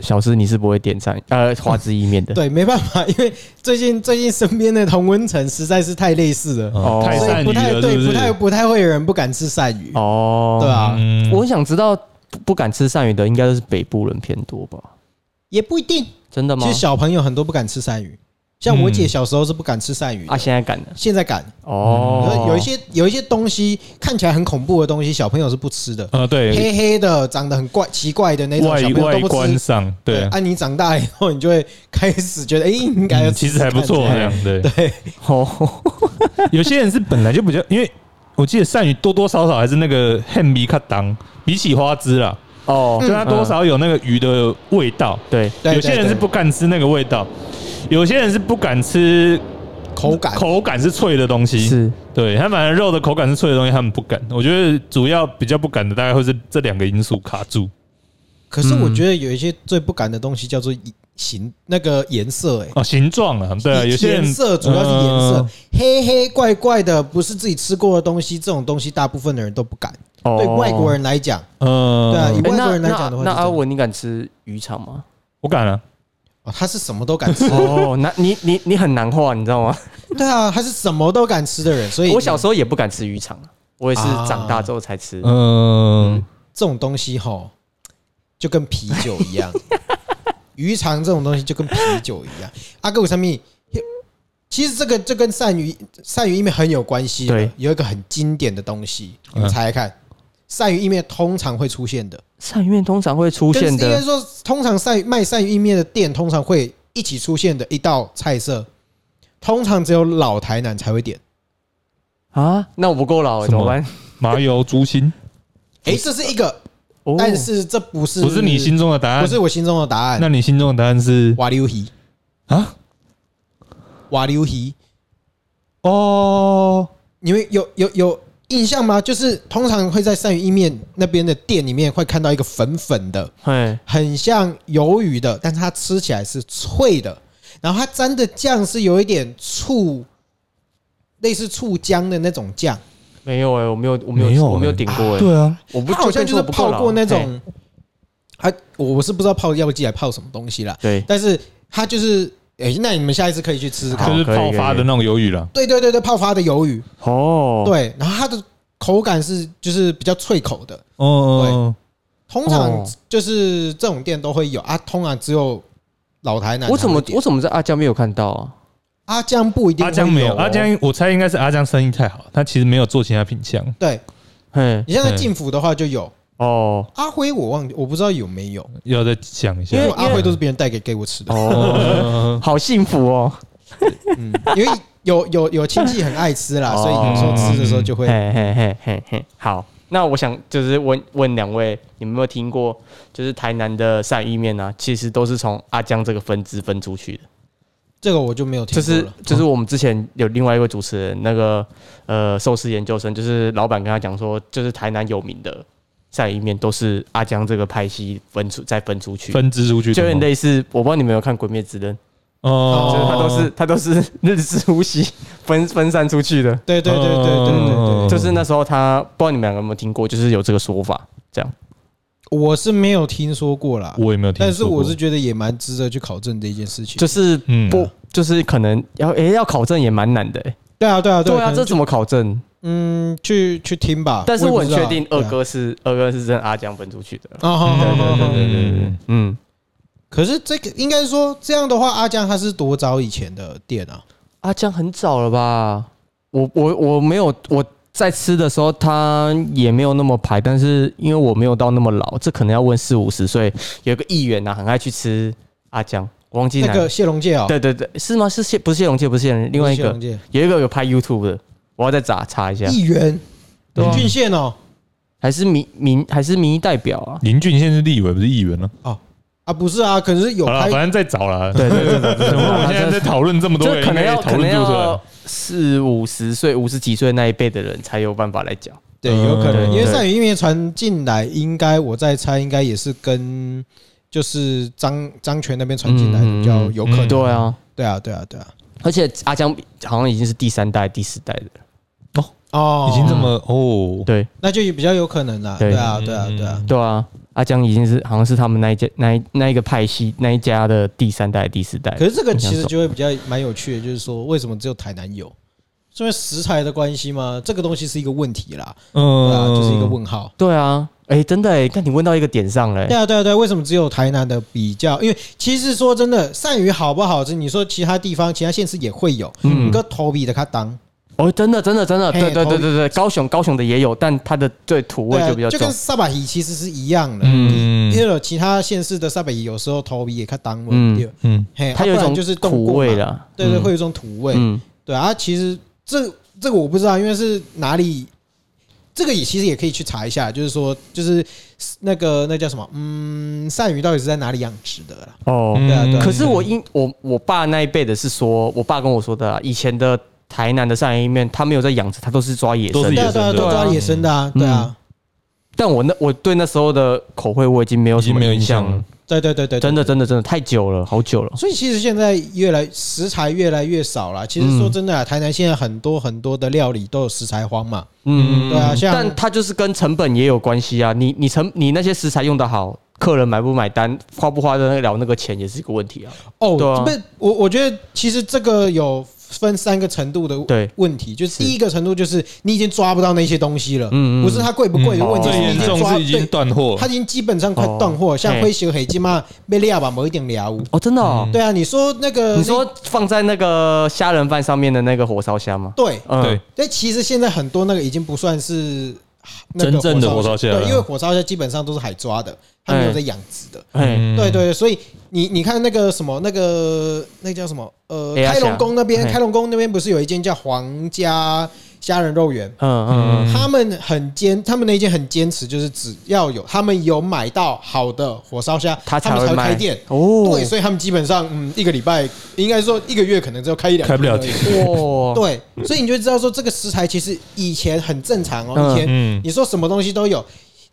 A: 小诗你是不会点餐呃花枝意面的，
B: 对，没办法，因为最近最近身边的同温层实在是太类似了，
A: 哦
C: 哦，太
B: 所
C: 善
B: 以
C: 于
B: 不太
C: 了，
B: 对
C: 是，是
B: 不？太不太会有人不敢吃鳝鱼，
A: 哦，
B: 对啊，
C: 嗯
A: 我很想知道不不敢吃鳝鱼的应该都是北部人偏多吧？
B: 也不一定。
A: 真的吗
B: 其实？小朋友很多不敢吃鳝鱼，像我姐
C: 嗯
B: 小时候是不敢吃鳝鱼的
A: 啊，现在敢了
B: 现在敢。
A: 哦，
B: 有一些有一些东西看起来很恐怖的东西，小朋友是不吃的，
C: 呃，对，
B: 黑黑的、长得很怪、奇怪的那种，
C: 外
B: 小朋友
C: 外
B: 都不
C: 观
B: 吃。
C: 上，对啊，
B: 啊，你长大以后，你就会开
C: <laughs>
B: 始觉得，哎，应该要
C: 嗯
B: 吃
C: 其
B: 吃
C: 实还
B: 看
C: 不错，这样对。
B: 对，
A: 哦，
C: <laughs> 有些人是本来就比较，因为我记得鳝鱼多多少少还是那个 ham 米卡当，比起花枝啦，
A: 哦，
C: 就它多少有那个鱼的味道。
A: 对，
B: 嗯对
C: 有些人
B: 对
C: 是不敢吃那个味道，有些人是不敢吃
B: 口感
C: 口感是脆的东西。
A: 是
C: 对，他反正肉的口感是脆的东西，他们不敢。我觉得主要比较不敢的，大概会是这两个因素卡住。
B: 可是我觉得有一些最不敢的东西叫做形那个颜色，哎。
C: 哦，形状啊，对啊，有些人
B: 颜色主要是颜色
C: 嗯，
B: 黑黑怪怪的，不是自己吃过的东西，这种东西大部分的人都不敢。
A: 哦，
B: 对外国人来讲，
C: 嗯，
B: 对啊以
A: 哎。
B: 外国
A: 那
B: 人来讲
A: 那
B: 的话
A: 那
B: 是这
A: 阿
B: 样
A: 文，你敢吃鱼肠
B: <laughs>
A: 吗？。
C: 我敢啊，
B: 哦他是什么都敢吃
C: <laughs>
A: 哦，那你你你很难画，你知道吗？
B: 对啊，他是什么都敢吃的人，所以
A: 我小时候也不敢吃鱼肠，啊我也是长大之后才吃。
C: 嗯，
B: 这种东西吼，就跟啤酒
C: <laughs>
B: 一样，鱼肠这种东西就跟啤酒一样。啊阿哥，我上面其实这个这跟鳝鱼鳝鱼意面很有关系的
A: 对，
B: 有一个很经典的东西，你们
C: 嗯
B: 猜猜看，鳝鱼意面通常会出现的，
A: 鳝鱼面通常会出
B: 跟
A: 现
B: 应该
A: 的
B: 说，通常鳝鱼卖鳝鱼意面的店通常会一起出现的一道菜色，通常只有老台南才会点。
A: 啊，那我不够老、
C: 什
A: 怎
C: 么
A: 么办？
C: 麻油猪心
B: 诶，这是一个，
A: 哦
B: 但是这不是
C: 不是你心中的答案，
B: 不是我心中的答案。
C: 那你心中的答案是
B: 瓦溜鱼，
C: 啊？
B: 瓦溜鱼，
C: 哦，
B: 你们有有有印象吗？就是通常会在鳝鱼意面那边的店里面会看到一个粉粉的，
A: 嘿，
B: 很像鱿鱼的，但是它吃起来是脆的，然后它沾的酱是有一点醋，类似醋浆的那种酱，
A: 没有哎、我没有，我没有，我没有顶过哎、
C: 对欸啊，
A: 我不
B: 它好像就是泡过那，
A: 就跟你说我不够老
B: 种，啊，我我是不知道泡药剂还泡什么东西啦，
A: 嘿对，
B: 但是它就是，诶，那你们下一次可以去吃吃
A: 好
B: 看。
C: 就是
A: 可以
C: 泡
A: 可以
C: 发的那种鱿鱼啦。
B: 对对对对，泡发的鱿鱼，
A: 哦，，
B: 对，然后它的口感是就是比较脆口的，
C: 哦，
B: 通常
A: 哦
B: 就是这种店都会有啊，通常只有老台南才会点。
A: 我怎么我怎么在阿江没有看到啊？
B: 阿江不一定
C: 阿江没
B: 会
C: 有，
B: 有哦
C: 阿江我猜应该是阿江生意太好，他其实没有做其他品相。
B: 对
A: 嘿，
B: 你像在晋府的话就有
A: 哦，
B: 阿辉，我忘记我不知道有没有，
C: 要再想一下
B: 因
C: <laughs>
B: 为，阿
A: 因为
B: 辉都是别人带给给我吃的，
A: 哦，<laughs>
C: 嗯
A: 好幸福哦，
B: 嗯，因为有有有亲戚很爱吃啦，
A: 哦
B: 所以有时候吃的时候就会
A: 嘿嘿嘿嘿嘿，好。那我想就是问问两位，你们有没有听过，就是台南的鳝意面啊，其实都是从阿江这个分支分出去的。
B: 这个我就没有听
A: 就
B: 过
A: 是
B: 了。
A: 就是我们之前有另外一位主持人，那个呃寿司研究生，就是老板跟他讲说，就是台南有名的鳝鱼面都是阿江这个派系分出再分出去，
C: 分支出去的
A: 就
C: 吗，
A: 有点类似，我不知道你们有没有看《鬼灭之刃》，就是
C: 哦，
A: 它都是它都是日之呼吸分 <laughs> 分散出去的。
B: 对对对对对对对
C: 哦
A: 就是那时候他不知道你们两个有没有听过，就是有这个说法，这样，
B: 我是没有听说过啦，
C: 我也没有听说过。
B: 但是我是觉得也蛮值得去考证的一件事情。
A: 就是
C: 嗯
A: 不、就是可能要诶、要考证也蛮难的、欸。
B: 对啊，对啊，
A: 对
B: 啊，
A: 啊，
B: 可能
A: 这怎么考证？
B: 嗯，去去听吧。
A: 但是我很
B: 也不知
A: 确
B: 道啊
A: 定二，哥是二哥是真阿江分出去的。
B: 对啊，好好好好好
A: 对对对，嗯，
B: 可是这个应该说这样的话，阿江他是多早以前的店啊？
A: 阿江很早了吧？我我我没有我在吃的时候，他也没有那么排，但是因为我没有到那么老，这可能要问四五十岁。有个议员啊，很爱去吃阿江，我忘记
B: 那
A: 哪
B: 个谢龙介哦，
A: 对对对，是吗？是谢不是谢龙介，不是谢龙，另外一
B: 谢
A: 个
B: 龙介
A: 有一个有拍 YouTube 的，我要再查查一下，
B: 议员
C: 对
B: 林
C: 啊
B: 俊宪哦，
A: 还是民民还是民意代表啊？
C: 林俊现在是立委，不是议员呢、
B: 啊不是啊，可是有
C: 好了，
B: 拍
C: 反正再找啦。
A: 对对对对对
C: 怎么我们现在在讨论这么多
A: 这
C: 人，
A: 可能
C: 应
A: 要
C: 该也
A: 可
C: 讨
A: 能
C: 论不出来
B: 哦
A: 要四五十岁、五十几岁那一辈的人才有办法来讲。
B: 对，有可能，
C: 嗯
B: 因为
A: 对
B: 善宇音乐传进来，应该我在猜，应该也是跟就是张张全那边传进来
A: 嗯
B: 比较有可能。
C: 嗯
A: 对啊，
B: 对啊，对啊，对啊。
A: 而且阿江好像已经是第三代、第四代的了。
B: 哦，
C: 已经这么哦，
A: 对
B: 那就比较有可能啦。
A: 对
B: 对啊，对啊，对啊
C: 嗯。
A: 对啊，阿江已经是好像是他们那一家、那一那一个派系、那一家的第三代、第四代。
B: 可是这个其实就会比较蛮有趣的，就是说为什么只有台南有？是因为食材的关系吗？这个东西是一个问题啦，对啊，
C: 嗯，
B: 就是一个问号。
A: 对啊，哎、真的哎、看你问到一个点上了、
B: 对
A: 欸。
B: 啊，对啊，对啊，为什么只有台南的比较？因为其实说真的，鳝鱼好不好吃，你说其他地方、其他县市也会有，
A: 嗯
B: 嗯，个头比的它当，
A: 哦，真的，真的，真的，
B: 嘿
A: 对对
B: 头
A: 对对对，高雄高雄的也有，但它的对土味
B: 对啊，
A: 就比较
B: 就
A: 重
B: 跟。萨巴鱼其实是一样的，
C: 嗯
B: 因为有其他县市的萨巴鱼有时候头皮也看当
A: 嗯
B: 味，对
C: 嗯，
B: 嘿，
A: 它
B: 啊
A: 有一
B: 不然
A: 种
B: 就是冻过
A: 苦味
B: 嘛，
A: 啦，
B: 对对，
A: 嗯
B: 会有一种土味，
A: 嗯，
B: 对啊，其实这这个我不知道，因为是哪里，这个也其实也可以去查一下，就是说就是那个那叫什么，嗯，鳝鱼到底是在哪里养殖的啦？
A: 哦，
B: 对啊对啊
A: 可是我因我我爸那一辈的是说，我爸跟我说的啊、以前的台南的鳝鱼面，他没有在养殖，他都是抓野
C: 都
A: 生
C: 是
B: 对
A: 的。
B: 啊，
C: 野生的
B: 对啊，都抓野生的啊，
A: 嗯
B: 对啊，
A: 但我那我对那时候的口味我已经没有
C: 已
A: 什
C: 经
A: 么
C: 没有
A: 印
C: 印
A: 象
C: 象
A: 了
C: 了，。
B: 对对对对，对
A: 真的。真的真的太久了，好久了。
B: 所以其实现在越来食材越来越少了。其
A: 嗯
B: 实说真的啊，台南现在很多很多的料理都有食材荒嘛。
A: 嗯，
B: 对啊，像
A: 但它就是跟成本也有关系啊。你你成你那些食材用得好，客人买不买单，花不花得了那个钱也是一个问题啊。
B: 哦，
A: 对啊
B: 不是，我我觉得其实这个有分三个程度的
A: 对
B: 问题，就是
A: 是
B: 第一个程度就是你已经抓不到那些东西了，
A: 嗯嗯
B: 不是它
C: 哦
B: 贵不贵的
A: 嗯
B: 问题，
C: 最
B: 是你
C: 严
B: 已经
C: 重
B: 抓
C: 是已经
B: 对，
C: 断货
B: 它，已经基本上快断货，
A: 哦
B: 像
A: 嘿
B: 灰熊黑鸡嘛被料吧，某一点料。
A: 哦，真的哦。
B: 对啊，你说那个
A: 嗯你说放在那个虾仁饭上面的那个火烧虾吗
B: 那？对，
A: 嗯
C: 对，
B: 但其实现在很多那个已经不算是那个
C: 真正的火烧蟹了
B: 对，因为火烧蟹基本上都是海抓的，它没有在养殖的。
A: 哎，
C: 嗯
B: 对对，所以你你看那个什么那个那个叫什么呃，
A: 哎呀
B: 开龙宫那边，
A: 哎
B: 开龙宫那边不是有一间叫皇家虾仁肉圆？
A: 嗯嗯
B: 他们很坚，他们那间很坚持，就是只要有他们有买到好的火烧虾，
A: 他才
B: 们才
A: 会
B: 会
A: 卖
B: 开店。
A: 哦。
B: 嗯对，所以他们基本上嗯，一个礼拜应该说一个月可能只有开一两
C: 开不了
B: 天而已
C: 店
A: 哇，
B: 对，所以你就知道说这个食材其实以前很正常哦，
A: 嗯
B: 以前
C: 嗯
B: 你说什么东西都有。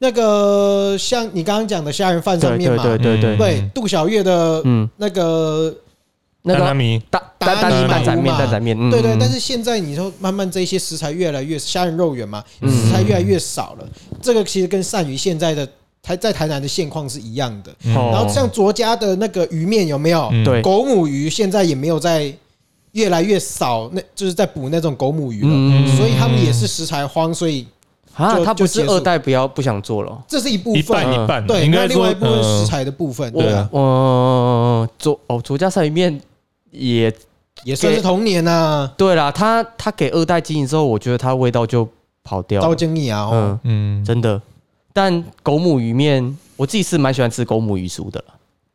B: 那个像你刚刚讲的虾仁饭上
A: 对
B: 面
A: 对
B: 嘛，
A: 对对对，
C: 嗯
B: 对杜小月的
A: 嗯，
B: 那个，
A: 那
C: 丹
A: 个
C: 拿米
A: 大大
B: 达
C: 尼
A: 大
C: 满
A: 蛋仔
B: 屋
A: 面
B: 嘛
A: 蛋仔面，嗯
B: 对对，
A: 嗯
B: 但是现在你说慢慢这些食材越来越虾仁肉圆嘛，
A: 嗯
B: 食材越来越少了，这个其实跟鳝鱼现在的台在台南的现况是一样的。
C: 嗯
A: 哦
B: 然后像卓家的那个鱼面有没有？
C: 嗯
A: 对
B: 狗母鱼现在也没有在越来越少，那就是在捕那种狗母鱼了。
A: 嗯
B: 所以他们也是食材荒，所以
A: 啊，
B: 就
A: 他不
B: 就是结束
A: 二代不要不想做了，
B: 这是一部
C: 一
B: 分。
C: 半一半，
B: 对，
C: 应
B: 那
C: 该
B: 另
C: 说
B: 外一部分
C: 呃
B: 食材的部分，
A: 我
B: 对啊，
A: 我左哦左家鳝鱼面也
B: 也算是童年啊呐，
A: 对啦，他他给二代经营之后，我觉得它味道就跑掉
B: 招
A: 了，
B: 经你啊，哦，
A: 嗯，
C: 嗯，
A: 真的。但狗母鱼面，我自己是蛮喜欢吃狗母鱼酥的，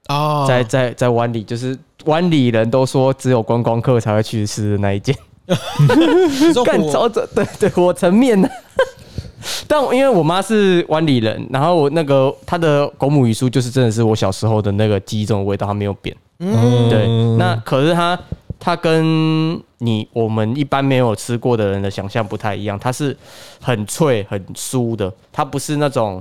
B: 哦，
A: 在在在湾里，就是湾里人都说只有观光客才会去吃的那一间。
B: 你说
A: 干
B: 火
A: 着着，对对，我层面呢。 <laughs> 但我因为我妈是湾里人，然后我那个她的狗母鱼酥就是真的是我小时候的那个记忆中的味道，它没有变。
B: 嗯
A: 对，那可是它它跟你我们一般没有吃过的人的想象不太一样，它是很脆很酥的，它不是那种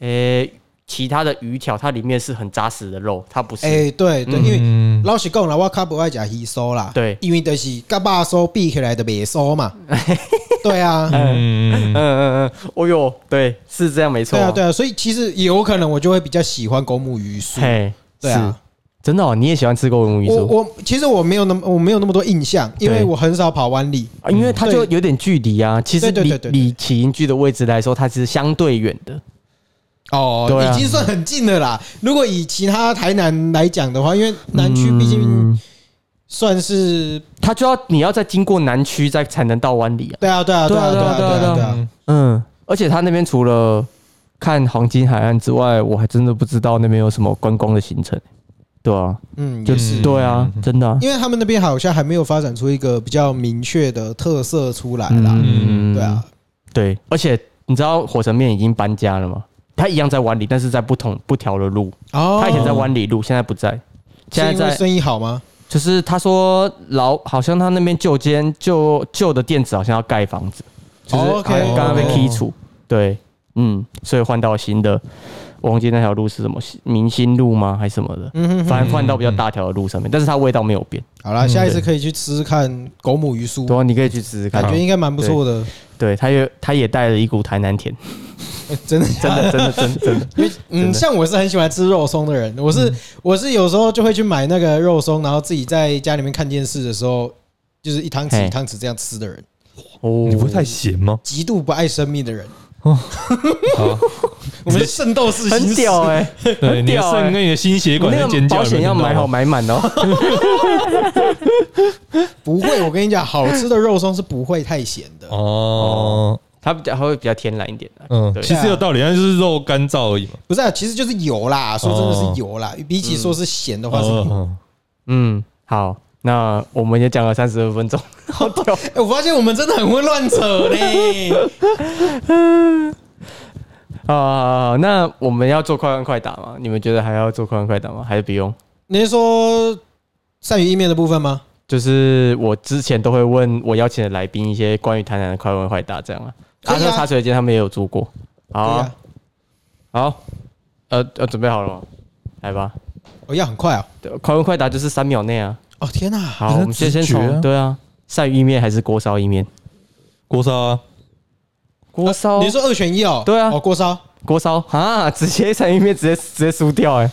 A: 诶、其他的鱼条它里面是很扎实的肉，它不是。
B: 哎，对对，因为
C: 嗯，
B: 老实讲啦，我较不爱食鱼酥啦，
A: 对
B: 因为就是甲肉酥比起来的袂酥
A: <laughs>
B: 嘛，对啊，
A: 嗯
C: 嗯，
A: 嗯嗯嗯，哦哟，对，是这样没错、
B: 对啊，对啊，所以其实也有可能我就会比较喜欢公母鱼酥，
A: 嘿，
B: 对啊
A: 是，真的哦，你也喜欢吃狗母鱼
B: 我
A: 酥
B: 我其实我没有那么我没有那么多印象，因为
A: 对
B: 我很少跑湾里，
A: 啊？因为它就有点距离啊。其实
B: 对对
A: 离
B: 对对对
A: 离起因居的位置来说，它是相对远的。
B: 哦，
A: 对啊
B: 已经算很近了啦。如果以其他台南来讲的话，因为南区毕竟
A: 嗯
B: 算是
A: 它就要你要再经过南区，再才能到湾里啊。
B: 对啊，对啊，对啊，对啊，对啊， <laughs> 对啊，
A: 嗯，而且它那边除了看黄金海岸之外，我还真的不知道那边有什么观光的行程。对啊，
B: 嗯，
A: 就
B: 就是是。
A: 对啊，真的啊、
B: 因为他们那边好像还没有发展出一个比较明确的特色出来啦，
A: 嗯
B: 对啊，
A: 对，而且你知道火神面已经搬家了吗？它一样在湾里，但是在不同不条的路。
B: 哦
A: 他以前在湾里路，现在不在。现在
B: 是因为
A: 在
B: 生意好吗？
A: 就是他说老，好像他那边旧间旧旧的店子好像要盖房子，就是
B: 哦，OK
A: 哎刚刚被
C: 哦
A: 剔除。对，嗯，所以换到新的，我忘记那条路是什么明星路吗？还是什么的？
B: 嗯哼哼，
A: 反正换到比较大条的路上面，但是它味道没有变。
B: 好啦，下一
A: 对
B: 次可以去吃吃看狗母鱼酥，
A: 嗯对啊，你可以去试试
B: 感
A: 看
B: 觉。应该蛮不错的，
A: 对，它也它也带了一股台南甜，
B: <laughs> 真的。
A: 真的真的真的真的。
B: 因为
A: 真
B: 嗯，
A: 的嗯
B: 像我是很喜欢吃肉松的人，我是我是有时候就会去买那个肉松，然后自己在家里面看电视的时候，就是一汤匙
A: 嘿
B: 一汤匙这样吃的人，
A: 哦
C: 你不会太咸吗？
B: 极度不爱生命的人。 <laughs>
C: 好，
B: 我们圣斗士星
A: 很
B: 矢
A: 屌哎、
C: 对，你的
A: 屌欸
C: 肾跟你的心血
A: 我
C: 管
A: 那
C: 在
A: 个
C: 尖叫，
A: 保险要买好
C: 吗？
A: 买满哦。
B: <laughs> 不会，我跟你讲，好吃的肉松是不会太咸的。
A: 哦
C: 哦，
A: 它比较它会比较天然一点、啊。
C: 嗯，
A: 对
C: 其实有道理，但就是肉干燥而已嘛。
B: 不是、啊，其实就是油啦，说真的是油啦。
A: 哦
B: 比起说是咸的话是油。
C: 哦，
A: 嗯，好，那我们也讲了三十二分钟，好屌。 <laughs>
B: 哎、我发现我们真的很会乱扯嘞。
A: 啊、那我们要做快问快打吗？你们觉得还要做快问快打吗？还是不用？
B: 你是说鳝鱼意面的部分吗？
A: 就是我之前都会问我邀请的来宾一些关于台南的快问快答这样啊。
B: 可以啊
A: 那茶水间他们也有做过。好
B: 对
A: 啊、
B: 啊，
A: 好，呃呃，准备好了吗？来吧，
B: 我、要很快啊。
A: 对快问快答就是三秒内啊。
B: 哦天哪、
A: 好，
C: 可是
A: 我们先先
C: 直觉啊
A: 从对啊，鳝鱼意面还是锅烧意面？
C: 锅烧啊，
A: 锅烧、
B: 你是说二选一哦？
A: 对啊
B: 哦锅烧。
A: 锅烧啊，直接鳝鱼面直接直接输掉哎、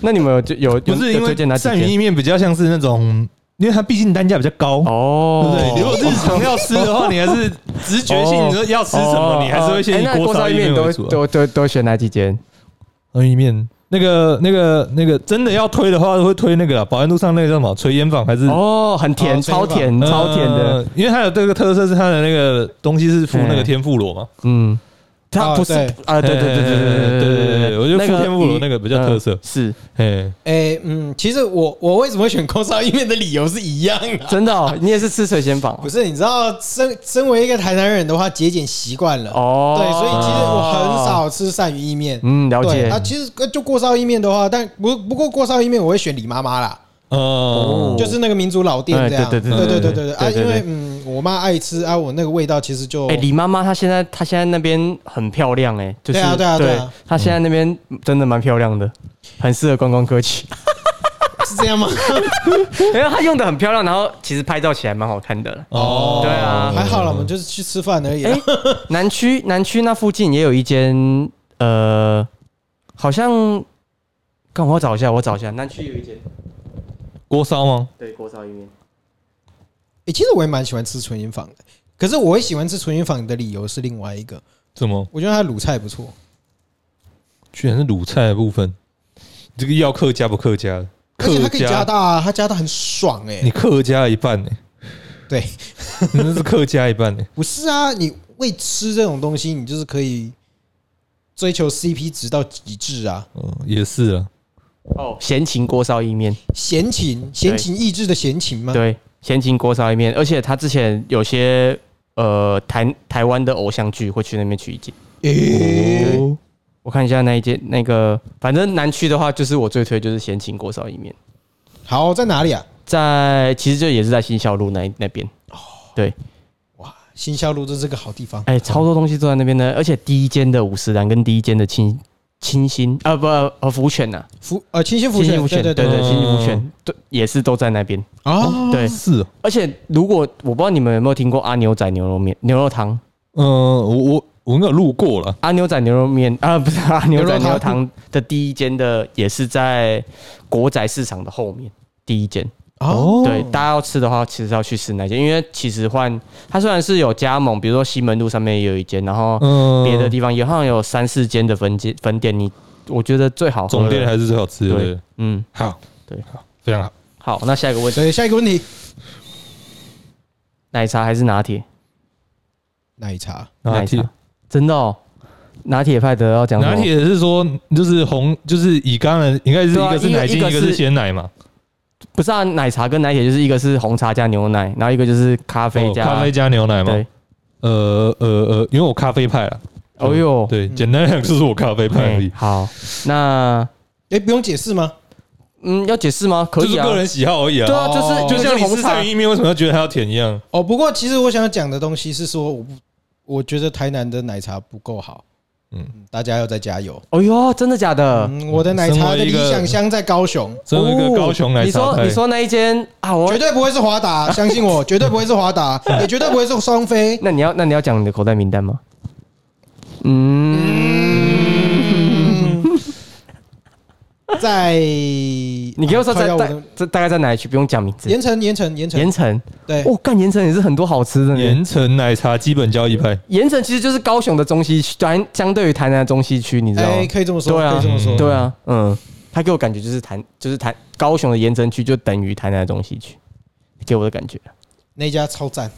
A: 那你们有就有
C: 不是
A: 有
C: 因
A: 有
C: 为
A: 推荐哪几
C: 鳝鱼
A: 间？
C: 意面比较像是那种，因为它毕竟单价比较高，对
A: 哦
C: 不，对？如果日常要吃的话，你还是直觉性，你说要吃什么，你还是会先以
A: 哎那
C: 锅烧
A: 意
C: 意面
A: 都
C: 为
A: 会
C: 主啊。
A: 都都都选哪几间？
C: 鳝哦鱼意面。那个、那个、那个，真的要推的话，会推那个啦保安路上那个叫什么炊烟坊还是
A: 哦，很甜，
B: 哦
A: 超甜，嗯超甜的，
C: 呃，因为它有这个特色是它的那个东西是敷那个天妇罗嘛，
A: 嗯，它
B: 哦
A: 不是
B: 对
A: 啊，对对对对对对对对对，
C: 我觉得
A: 那个
C: 富天妇罗
A: 鱼
C: 那个比较特色
A: 嗯是
C: 哎，
B: 哎、嗯，其实我我为什么会选锅烧意面的理由是一样的、
A: 真的哦，你也是吃水仙坊啊
B: 不是，你知道，身身为一个台南人的话，节俭习惯了，
A: 哦，
B: 对，所以其实我很，少吃鳝鱼意面。
A: 嗯，了
B: 对
A: 解
B: 啊，，其实呃就锅烧意面的话，但不不过锅烧意面我会选李妈妈啦，
C: 哦
B: 就是那个民族老店这样。
A: 哎对对
B: 对
C: 对对
B: 对对对对啊，
A: 对对
B: 因
A: 对
B: 为嗯，我妈爱吃啊，我那个味道其实就
A: 哎、李妈妈她现在她现在那边很漂亮哎、就是
B: 对啊对啊对啊
A: 她现在那边真的蛮漂亮的，很适合观光客 <laughs> 去。
B: 是
A: <laughs>
B: 这样吗？
A: 因为她用的很漂亮，然后其实拍照起来蛮好看的了。
C: 哦
A: 对啊
B: 还好了，我们就是去吃饭而已啊。
A: 哎南区南区那附近也有一间呃，好像，看我找一下我找一下，南区有一间
C: 锅烧吗？
A: 对锅烧意面，
B: 哎，其实我也蛮喜欢吃纯银坊的，可是我会喜欢吃纯银坊的理由是另外一个，
C: 怎么？
B: 我觉得它卤菜不错。
C: 居然是卤菜的部分，你这个要客家不客家？
B: 而且
C: 客
B: 它可以加大啊，它加大很爽哎、
C: 你客家一半呢？
B: 对，
C: 你 <laughs> 那是客家一半呢？
B: 不是啊，你为吃这种东西，你就是可以追求 CP 值到极致啊！
C: 嗯，也是啊。
A: 哦，闲情锅烧意面，
B: 闲情，闲情逸致的闲情吗？
A: 对，闲情锅烧意面，而且她之前有些呃台台湾的偶像剧会去那边取景。
B: 诶、
C: 哦
A: 我看一下那一间那个，反正南区的话，就是我最推就是咸情锅烧意面，
B: 好，在哪里啊？
A: 在其实就也是在新校路那一那边。对，
B: 哇，新校路真是个好地方。
A: 哎哦哎、超多东西都在那边呢，而且第一间的五十岚跟第一间的青清新啊，不呃福泉呐，
B: 福呃清新福
A: 清
B: 泉
A: 新福泉，对
B: 对
A: 对，
C: 嗯
A: 清新福泉对嗯也是都在那边。
B: 啊，
A: 对
C: 是哦，
A: 而且如果我不知道你们有没有听过阿牛仔牛肉面、牛肉汤、
C: 嗯，我我我应该有路过了，
A: 阿牛仔牛肉面啊，
C: <laughs>
A: 不是阿牛仔牛
B: 牛
A: 肉
B: 肉汤
A: 汤的第一间的，也是在国宅市场的后面第一间。
B: 哦
A: 对，大家要吃的话，其实要去吃那间，因为其实换它虽然是有加盟，比如说西门路上面也有一间，然后
C: 嗯，
A: 哦别的地方也好像有三四间的分店分店，你我觉得最好喝的
C: 总店还是最好吃的，
A: 对
C: 对
A: 嗯
C: 好，
A: 对
C: 好，啊非常好。
A: 好，那下一个问题，
B: 所以下一个问题，
A: 奶茶还是拿铁？
B: 奶茶
A: 奶
C: 拿铁
A: 茶，真的哦，拿铁派得要讲什么
C: 拿铁是说就是红，就是以刚才应该是一
A: 对啊
C: 个是
A: 一个
C: 奶精，
A: 一个
C: 一个是
A: 是
C: 鲜奶嘛，
A: 不是啊，奶茶跟奶铁就是一个是红茶加牛奶，然后一个就是咖啡
C: 哦
A: 加、
C: 咖啡加牛奶嘛。
A: 对，
C: 呃呃呃，因为我咖啡派了，
A: 哦嗯呦，
C: 对，
B: 嗯
C: 简单来讲就是我咖啡派而
A: 嘿
C: 已，
A: 哎好，那
B: 哎，不用解释吗？
A: 嗯，要解释吗？可
C: 就
A: 以
C: 是
A: 啊，
C: 个人喜好而已
A: 对
C: 啊。
A: 啊，就是、
B: 哦
C: 就像你
A: 红
C: 吃
A: 茶
C: 鳝鱼意面，为什么要觉得它要甜一样？
B: 哦，不过其实我想要讲的东西是说，我不，我觉得台南的奶茶不够好，
C: 嗯
B: 嗯，大家要再加油。
A: 哦呦，真的假的？
B: 嗯，我的奶茶的理想乡在高雄，
C: 作为一个高雄奶
A: 你
C: 茶
A: 说
C: 派，
A: 哦你说那一间啊，我
B: 绝对不会是华达，相信我，绝对不会是华达，也绝对不会是双飞。
A: 那你要那你要讲你的口袋名单吗？嗯，
B: 在
A: 你
B: 你
A: 给我说在
B: 我
A: 在
B: 的
A: 这大概在哪里区？不用讲名字。
B: 盐城，盐城，盐城，
A: 盐城，
B: 对，
A: 哦，干盐城也是很多好吃的呢。
C: 盐城奶茶基本交易派，
A: 盐城其实就是高雄的中西区，相相对于台南的中西区，你知道吗
B: 哎，？可以这么说，
A: 对啊
B: 可以这么说，
A: 对啊，嗯，他给我感觉就是台就是台高雄的盐城区就等于台南的中西区，给我的感觉。
B: 那家超赞，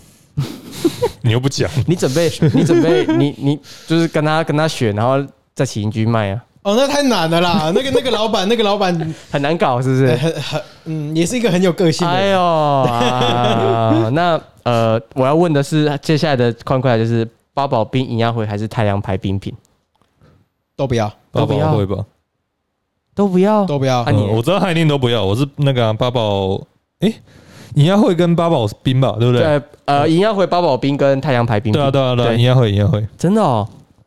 C: 你又不讲，
A: 你准备你准备你你就是跟他跟他选，然后在起营居卖啊，
B: 哦，那太难了啦，那个那个老板，那个老板，
A: 很难搞是不是？
B: 很很，嗯，也是一个很有个性的
A: 哎
B: 人。
A: 呦啊！那呃，我要问的是，接下来的快快就是八宝冰银压回还是太阳牌冰品
B: 都不要，
A: 都
C: 爸
A: 不要
C: 爸会吧？
A: 都不要
B: 都不要
A: 啊。你
C: 嗯我知道他一定都不要，我是那个啊八宝，哎，你要会跟八宝冰吧，对不对？
A: 对，呃，银压回八宝冰跟太阳牌冰
C: 对啊，
A: 品，
C: 对啊，对啊，
A: 对
C: 你要会，你要会，
A: 真的哦。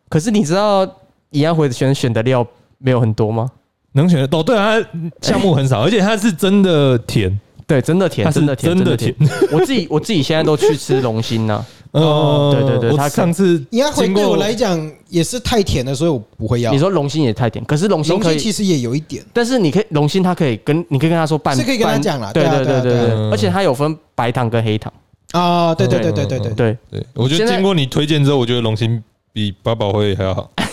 A: 可是你知道银压回选选的料没有很多吗？
C: 能选的哦，对啊，它项
A: <laughs>
C: 目很少，而且它是真的甜，
A: 对，真的甜，
C: 它是
A: 真的甜，
C: 真的
A: 甜。我自己我自己现在都去吃龙心啊呐，
C: 哦，
A: 对对对它
C: 我
A: 可
C: 上次
B: 你要回
C: 经
B: 对
C: 过
B: 我来讲也是太甜了，所以我不会要。
A: 你说龙心也太甜，可是龙心
B: 龙
A: 可
B: 心其
A: 以，
B: 实也有一点，
A: 但是你可以龙心它可以跟你可以跟他说半，
B: 是可以跟他
A: 半
B: 讲啦
A: 对
B: 对啊
A: 对
B: 对啊
A: 对
B: 对啊
A: 对，而且它有分白糖跟黑糖，
B: 啊，对对
A: 对嗯
B: 对对对对，
A: 对。
C: 对，我觉
A: 现
C: 得
A: 在
C: 经过你推荐之后，我觉得龙心比八宝会还要好。
B: 哎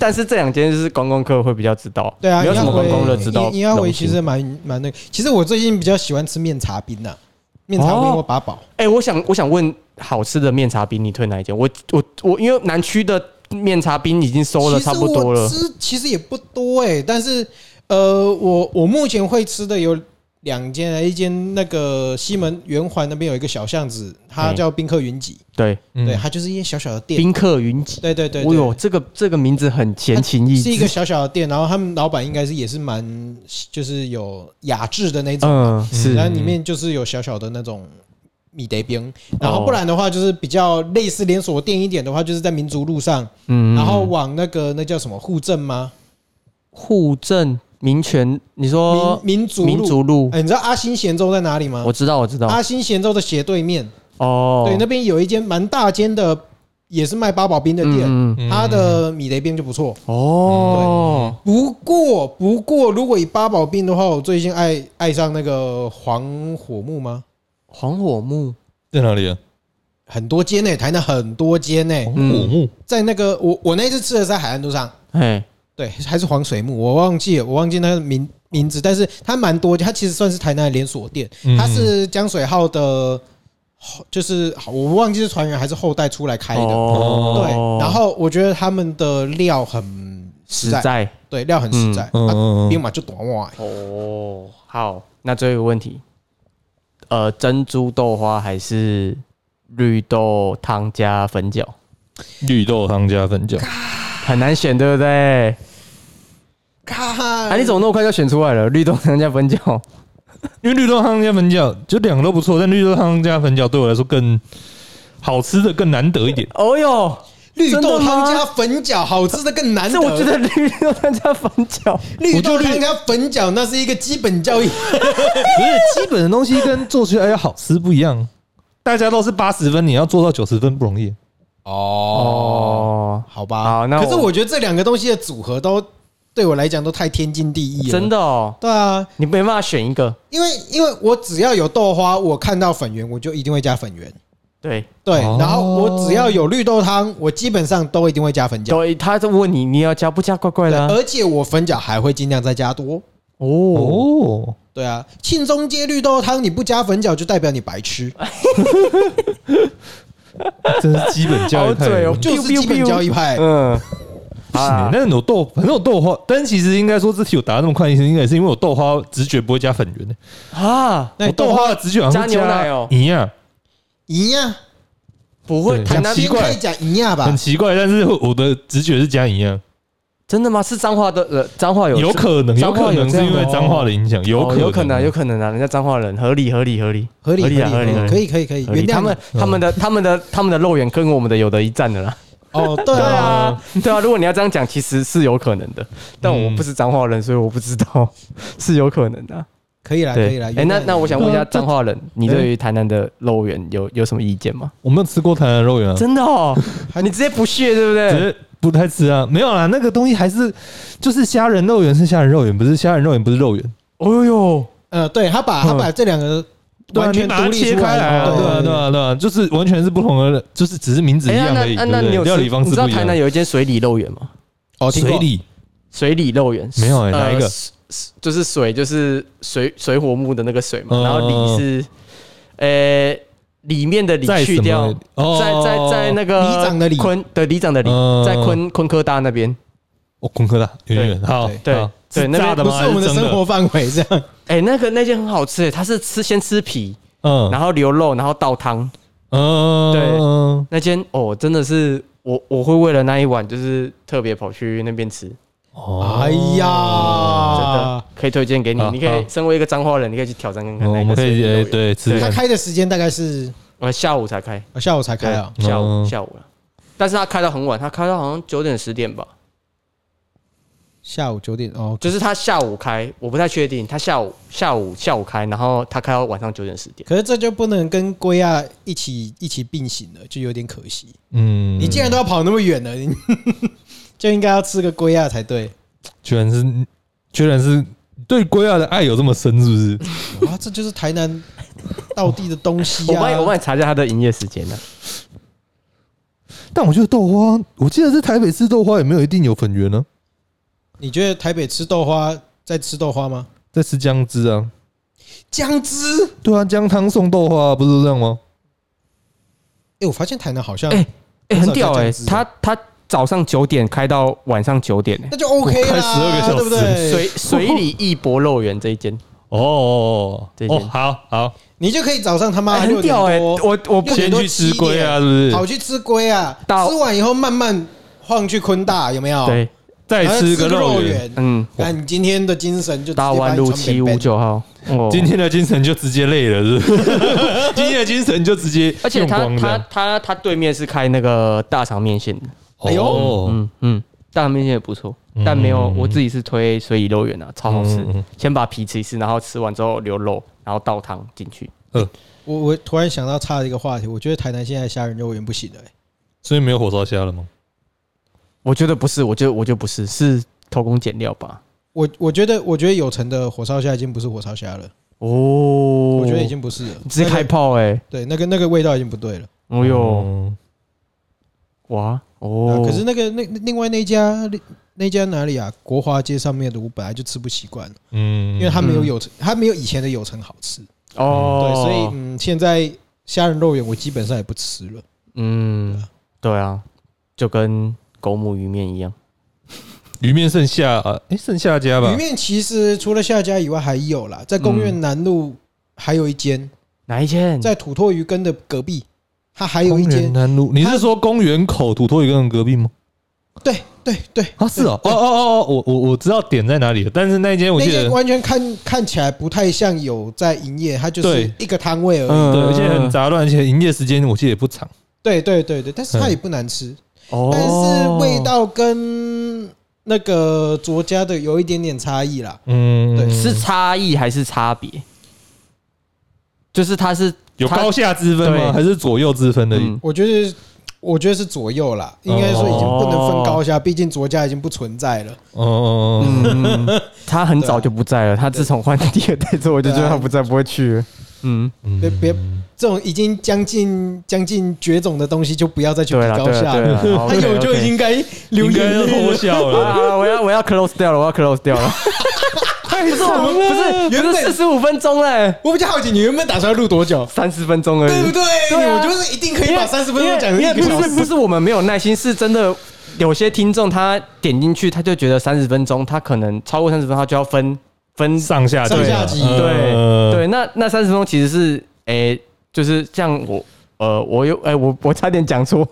A: 但是这两间就是观光客会比较知道，
B: 对啊，
A: 没有
B: 银
A: 什
B: 鸭
A: 么观
B: 回
A: 光客知道。
B: 银银鸭回其实，蛮蛮那个，其实我最近比较喜欢吃面茶冰呐、面茶冰
A: 哦
B: 或八宝，
A: 哎、我想我想问，好吃的面茶冰你推哪一间？我我我，因为南区的面茶冰已经收了
B: 其实
A: 差不多
B: 我
A: 了，
B: 吃其实也不多哎、但是呃，我我目前会吃的有两间，一间那个西门圆环那边有一个小巷子，它
A: 嗯
B: 叫宾客云集，
A: 对，
C: 嗯
B: 对，它就是一间小小的店，
A: 宾客云集。
B: 对对对
A: 我
B: 对，
A: 有这个这个名字很前情意
B: 是一
A: 致
B: 个，小小的店，然后他们老板应该是也是蛮就是有雅致的那种，
A: 嗯，是
B: 然后里面就是有小小的那种米德冰，
A: 哦
B: 然后不然的话就是比较类似连锁店一点的话，就是在民族路上，
A: 嗯，
B: 然后往那个那叫什么户政吗？
A: 户政民权，你说
B: 民民族
A: 哦民
B: 路，
A: 族路，
B: 哎，你知道阿星咸粥在哪里吗
A: 我？知道我知道，
B: 阿星咸粥的斜对面，
A: 哦，
B: 对，那边有一间蛮大间的，也是卖八宝冰的店，
A: 嗯，嗯嗯
C: 嗯
B: 它的米德冰就不错。
A: 哦，
B: 不过，不过，如果以八宝冰的话，我最近爱爱上那个黄火木吗？
A: 黄火木，
C: 在哪里啊？
B: 很多间呢、台南很多间呢、
C: 红
A: 嗯
C: 果木
B: 在那个我我那一次吃的是在海岸路上，
A: 哎，
B: 对，还是黄水木，我忘记了，我忘记那个名名字，但是它蛮多，它其实算是台南的连锁店，
C: 嗯
B: 它是江水浩的后，就是我忘记是船员还是后代出来开的，
A: 哦
B: 对，然后我觉得他们的料很
A: 实
B: 实在，
A: 在，
B: 对，料很实在，
C: 嗯
B: 啊
C: 嗯
B: 兵
C: 嗯，
B: 马就短袜，
A: 哦，好，那最后一个问题，呃，珍珠豆花还是绿豆汤加粉饺，
C: 绿豆汤加粉饺，
A: 很难选，对不对？
B: 嗯看
A: 啊，你怎么那么快就选出来了？绿豆汤加粉饺，
C: 因为绿豆汤加粉饺就两个都不错，但绿豆汤加粉饺对我来说更好吃的更难得一点。
A: 哦哟，
B: 绿豆
A: 真的
B: 汤
A: 吗
B: 加粉饺好吃的更难
A: 这
B: 得。
A: 我觉得绿豆汤加粉饺，
B: 绿
C: 我就
B: 豆
C: 绿
B: 汤加粉饺那是一个基本教育，
C: 不是基本的东西跟做出来要好吃不一样。大家都是八十分，你要做到九十分不容易。
A: 哦，
B: 好吧。
A: 好那我
B: 可是我觉得这两个东西的组合都对我来讲都太天经地义了。
A: 真？的哦，
B: 对啊，
A: 你没办法选一个，
B: 因为因为我只要有豆花，我看到粉圆我就一定会加粉圆。
A: 对，
B: 对，
C: 哦
B: 然后我只要有绿豆汤，我基本上都一定会加粉饺。
A: 对，他在问你，你要加不加，怪怪
B: 对，
A: 的啊
B: 而且我粉饺还会尽量再加多。
A: 哦。
C: 哦，
B: 对啊，庆中街绿豆汤你不加粉饺就代表你白痴，
A: 啊
C: 真是基本教育太
A: 好嘴哦
B: 就是基本教义派。
A: 嗯，
C: 不行
A: 啊
C: 欸。那有豆，反正有豆花，但其实应该说这题我答的那么快，应该也是因为我豆花直觉不会加粉圆的。
A: 啊，
B: 那
C: 我
B: 你
C: 豆花的直觉好像是
A: 加牛奶哦
C: 一样
B: 一样，
A: 不会，
C: 对
A: 台南
C: 很奇怪
B: 啊可以讲一样吧
C: 很？奇怪，但是我的直觉是加一样，
A: 真的吗？是彰化的，呃，彰化有
C: 有可能，有
A: 彰化
C: 可
A: 有
C: 能
A: 这
C: 是
A: 样
C: 因为
A: 的哦
C: 脏话的影响，有
A: 哦
C: 可
A: 有可能啊，
C: 能，
A: 有可能啊，人家彰化人合理合理合理
B: 合理合理
A: 啊合理合理
B: 可以可以可以，
A: 合理，
B: 原
A: 他
B: 谅
A: 们
B: 你
A: 他们的他们的他们的肉眼跟我们的有的一战的啦。
B: 哦，对
A: 对
B: 啊，
A: 啊，对啊，如果你要这样讲，其实是有可能的，但
C: 嗯
A: 我不是彰化人，所以我不知道 <laughs> 是有可能的啊。
B: 可以啦可嗯以
A: 对，
B: 啦。
A: 哎，
B: 原谅
A: 那
B: 你
A: 那我想问一下
C: 对啊这
A: 彰化人，你对于台南的肉圆有有什么意见吗？
C: 我没有吃过台南的肉圆啊，
B: 嗯
A: 真的哦，你直接不屑对不
C: 只
A: 对？
C: 是不太吃啊，没有啦，那个东西还是就是虾仁肉圆是虾仁肉圆，不是虾仁肉圆不是肉圆，
A: 哦呦，
B: 呃，对他把他把这两个
C: 对啊，
B: 完
C: 你
B: 全
C: 把
B: 独
C: 它
B: 立
C: 切
B: 出
C: 开来
B: 来，
C: 啊，
B: 哦
C: 对啊对啊对啊，就是完全是不同的，就是只是名字一
A: 哎
C: 样
A: 那
C: 而已，
A: 那
C: 对
A: 那你
C: 不对
A: 有
C: 料
A: 吃
C: 理方
A: 你
C: 式
A: 知道
C: 不一
A: 台
C: 样
A: 南。有一间水里肉圆吗？
B: 哦，听过
C: 水里
A: 水里肉圆
C: 没有欸哪一个
A: 呃是是就是水，就是水水火木的那个水嘛，
C: 嗯
A: 然后里是，呃，里面的里
C: 在什
A: 去掉
C: 么，？哦
A: 在在在那个
B: 里长的里
A: 昆的里长的里，
C: 嗯
A: 在昆昆科大那边，
C: 哦，昆科大圆圆，好，
A: 对
C: 好
A: 对
C: 是
A: 那边
C: 炸的
B: 不
C: 吗？
B: 是我们的
C: 还是
B: 生
C: 蒸
B: 活范围这样。
A: 哎，那个那间很好吃欸诶，它是吃先吃皮，
C: 嗯
A: 然后留肉，然后倒汤，
C: 嗯，对，
A: 那间哦真的是我我会为了那一碗就是特别跑去那边吃，
C: 哦
B: 哎
A: 真
B: 呀
A: 的，可以推荐给你
C: 好，
A: 你可以
C: 好
A: 身为一个彰化啊人，你可以呃去挑战看看
C: 哦
A: 那
C: 我
A: 个
C: 们可
A: 水里
C: 以
A: 肉
C: 哎，
A: 圆，
C: 对，吃吃
B: 他
C: 看
B: 开的时间大概是
A: 呃下午才开。
B: 哦下午才开啊。
A: 对下午
C: 嗯
A: 下午了。但是他开到很晚，他开到好像九点十点吧，
B: 下午九点哦，
A: 就是他下午开，我不太确定，他下午下午下午开，然后他开到晚上九点十点。
B: 可是这就不能跟圭亚一起一起并行了，就有点可惜。
C: 嗯，
B: 你既然都要跑那么远了， <laughs> 你就应该要吃个圭亚才对
C: 居然是居然是对龟亚的爱有这么深，是不是？
B: 啊！这就是台南道地的东西
A: <laughs> 我帮你我帮
B: 啊。
A: 你查一下他的营业时间呢、
C: 但我觉得豆花，我记得在台北吃豆花也没有一定有粉圆呢、
B: 你觉得台北吃豆花在吃豆花吗？
C: 在吃姜汁啊，
B: 姜汁？
C: 对啊，姜汤送豆花、不是都这样吗？
B: 哎，我发现台南好像
A: 哎哎、
B: 很
A: 很
B: 少
A: 屌
B: 这
A: 哎、
B: 样子
A: 他他早上九点开到晚上九点哎、
B: 那就 OK
C: 我
B: 啦，
C: 开12个小时
B: 对不对？
A: 水 <laughs> 水里一博肉圆这一间、
C: 哦哦哦
A: 对
C: 哦，好好，
B: 你就可以早上他妈
A: 哎
B: 六
A: 很
B: 点
A: 屌哎、
B: 多
A: 我我不
B: 六点
C: 先
B: 多
C: 去吃
B: 七点
C: 龟啊，是不是？
B: 跑去吃龟啊，
A: 到
B: 吃完以后慢慢晃去昆大，有没有？，
A: 对
C: 再吃个肉
B: 哎肉
C: 圆。
B: 圆。
A: 嗯，
B: 那你今天的精神就直接
A: 大
B: 把
A: 湾
B: 你
A: 路
B: 传给
A: 七五
B: Ben
A: 九号哦。
C: 今天的精神就直接累了，是不是？今天的精神就直接
A: 而且
C: 用
A: 他
C: 光
A: 他
C: 了。
A: 他他对面是开那个大肠面线的，
B: 哎呦
C: 哦，
A: 嗯嗯，大肠面线也不错，
C: 嗯
A: 但没有我自己是推水里肉圆啊，超好吃。
C: 嗯嗯
A: 先把皮吃一吃，然后吃完之后留肉，然后倒汤进去。
B: 我我突然想到差了一个话题，我觉得台南现在虾仁肉圆不行了、欸。
C: 所以没有火烧虾了吗？
A: 我觉得不是，我觉得我觉得不是，是偷工减料吧？
B: 我我觉得我觉得有城的火烧虾已经不是火烧虾了，
A: 哦，
B: 我
A: 我
B: 觉得已经不是了，
A: 直接开
B: 那个
A: 炮哎、
B: 对那个那个味道已经不对了。
A: 哦哟，
C: 嗯，
A: 哇
B: 啊
A: 哦，
B: 可是那个那那另外那一家那家哪里啊？国华街上面的我本来就吃不习惯，
C: 嗯
B: 因为它没有
A: 嗯
B: 有城，它没有以前的有城好吃。
A: 哦
B: 对，，所以嗯，现在虾仁肉圆我基本上也不吃了。
A: 嗯，对啊，就跟狗母鱼面一样。
C: 鱼面剩下啊，哎，剩下家吧嗯
B: 里。面其实除了夏家以外还有啦，在公园南路还有一间，
A: 哪一间？
B: 在土托鱼根的隔壁，它还有一
C: 公园
B: 间。
C: 南路，你
B: 它
C: 是说公园口土托鱼跟隔壁吗？
B: 对对对，
C: 啊，是哦，哦哦哦哦，我我我知道点在哪里了，但是那一间我
B: 那
C: 记
B: 间
C: 得，
B: 完全看看起来不太像有在营业，它就是
C: 对
B: 一个摊位而已。
A: 嗯
C: 对，而且很杂乱，而且营业时间我记得也不长。
B: 对对对对，但是它也不难吃。
C: 嗯
A: 哦
B: 但是味道跟那个卓家的有一点点差异啦。
C: 嗯，
B: 对
A: 是差异还是差别？就是它是
C: 有
A: 它
C: 高下之分吗？
A: 对
C: 还是左右之分的？
A: 嗯
B: 我觉得，我觉得是左右啦，应该说已经不能分高
A: 哦
B: 下，毕竟卓家已经不存在了。
C: 哦哦哦，
A: 嗯，嗯他很早就不在了。他自从换第二代之后，我就觉得他不在，不会去了。
C: <laughs>
A: 嗯，
B: 别别，这种已经将近将近绝种的东西，就不要再去比
A: 对了，
B: 高
A: 对
B: 下
A: 了，对
B: 了。 <laughs>
A: 了，好
B: 他有就已。经该留
C: 应该
B: 言
C: 要
B: 了
C: 偷。笑
A: OK，OK 好
C: 了。
A: 好啊好我要我要 close 掉了，我要 close 掉
B: <laughs>
A: 了。
B: 太
A: 不是，
B: 原
A: 不是四
B: 本
A: 十五分钟嘞，
B: 我比较好奇，你原本打算要录多久？
A: 三十分钟而已，
B: 对不对？
A: 对啊
B: 我就是一定可以
A: 因为
B: 把三十分钟讲成
A: 因为
B: 一
A: 不
B: 个小
A: 是不
B: 时。啊
A: 是我们没有耐心，是真的有些听众他点进去，他就觉得三十分钟，他可能超过三十分钟，他就要分分
C: 上下
B: 上下集
A: 对、
C: 呃
A: 对，那那三十分钟其实是诶、就是像我呃，我有诶、我我差点讲错，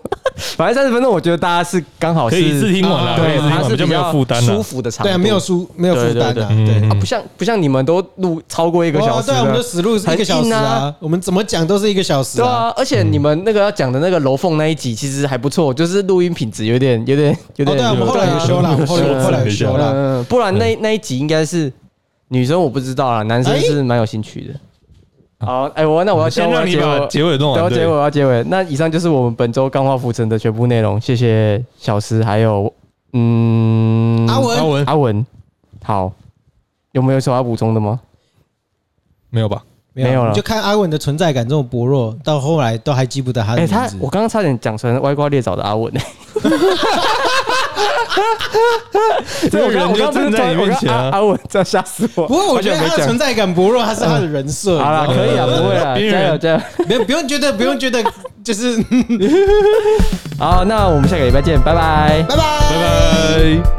A: 反正三十分钟我觉得大家是刚好
C: 可
A: 是
C: 以一次听完啦，
B: 啊
C: 可以
A: 对
C: 一次，听
A: 它
C: 完
A: 是
C: 比较没有负担嗯
A: 舒
C: 了。
A: 服的长度，
B: 对啊，没有输，没有负担
A: 对
B: 啊。
A: 对
B: 对
C: 嗯
A: 啊，不像不像你们都录超过一个小
B: 哇
A: 时
B: 对
A: 的，
B: 啊，我们就死路一个小
A: 很
B: 时
A: 硬
B: 啊
A: 啊，
B: 我们怎么讲都是一个小时
A: 对
B: 啊。
A: 啊，而且
C: 嗯
A: 你们那个要讲的那个楼凤那一集其实还不错，就是录音品质有点有点有
B: 哦，
A: 点。
B: 对啊，我们后来有修了，我们后来
A: 对啊
B: 后来有修了。
A: 嗯，不然那那一集应该是女生我不知道啦，男
B: 哎
A: 生是蛮有兴趣的。好，哎，我那我要
C: 先
A: 我要
C: 让你
A: 结
C: 把
A: 尾
C: 结尾弄
A: 我要
C: 完。
A: 结尾，
C: 哦对
A: 我要结尾。那以上就是我们本周钢化浮尘的全部内容，谢谢小石，还有嗯
B: 阿文
C: 阿文
A: 阿文。好，有没有什么要补充的吗？
C: 没有吧？
A: 没有了
B: 你就看阿文的存在感这么薄弱，到后来都还记不得他的
A: 哎，
B: 名
A: 他
B: 字。
A: 我刚刚差点讲成歪瓜裂枣的阿文。这我刚我刚不是
C: <laughs> 这个人就站在你面前啊
A: 我刚阿阿文，这吓死我！
B: 不过我觉得
A: 好久没
B: 他的
A: 讲
B: 存在感薄弱，他是他的人设。
A: 好了，
B: 你知道吗
A: 可以啊，不会啊，
C: <laughs> 边
A: 加
C: 缘
A: 油
C: 人
A: 加油！
B: 没有不用觉得，不用觉得，就是。
A: <laughs> 好，那我们下个礼拜见，拜拜
B: 拜拜。
C: 拜拜。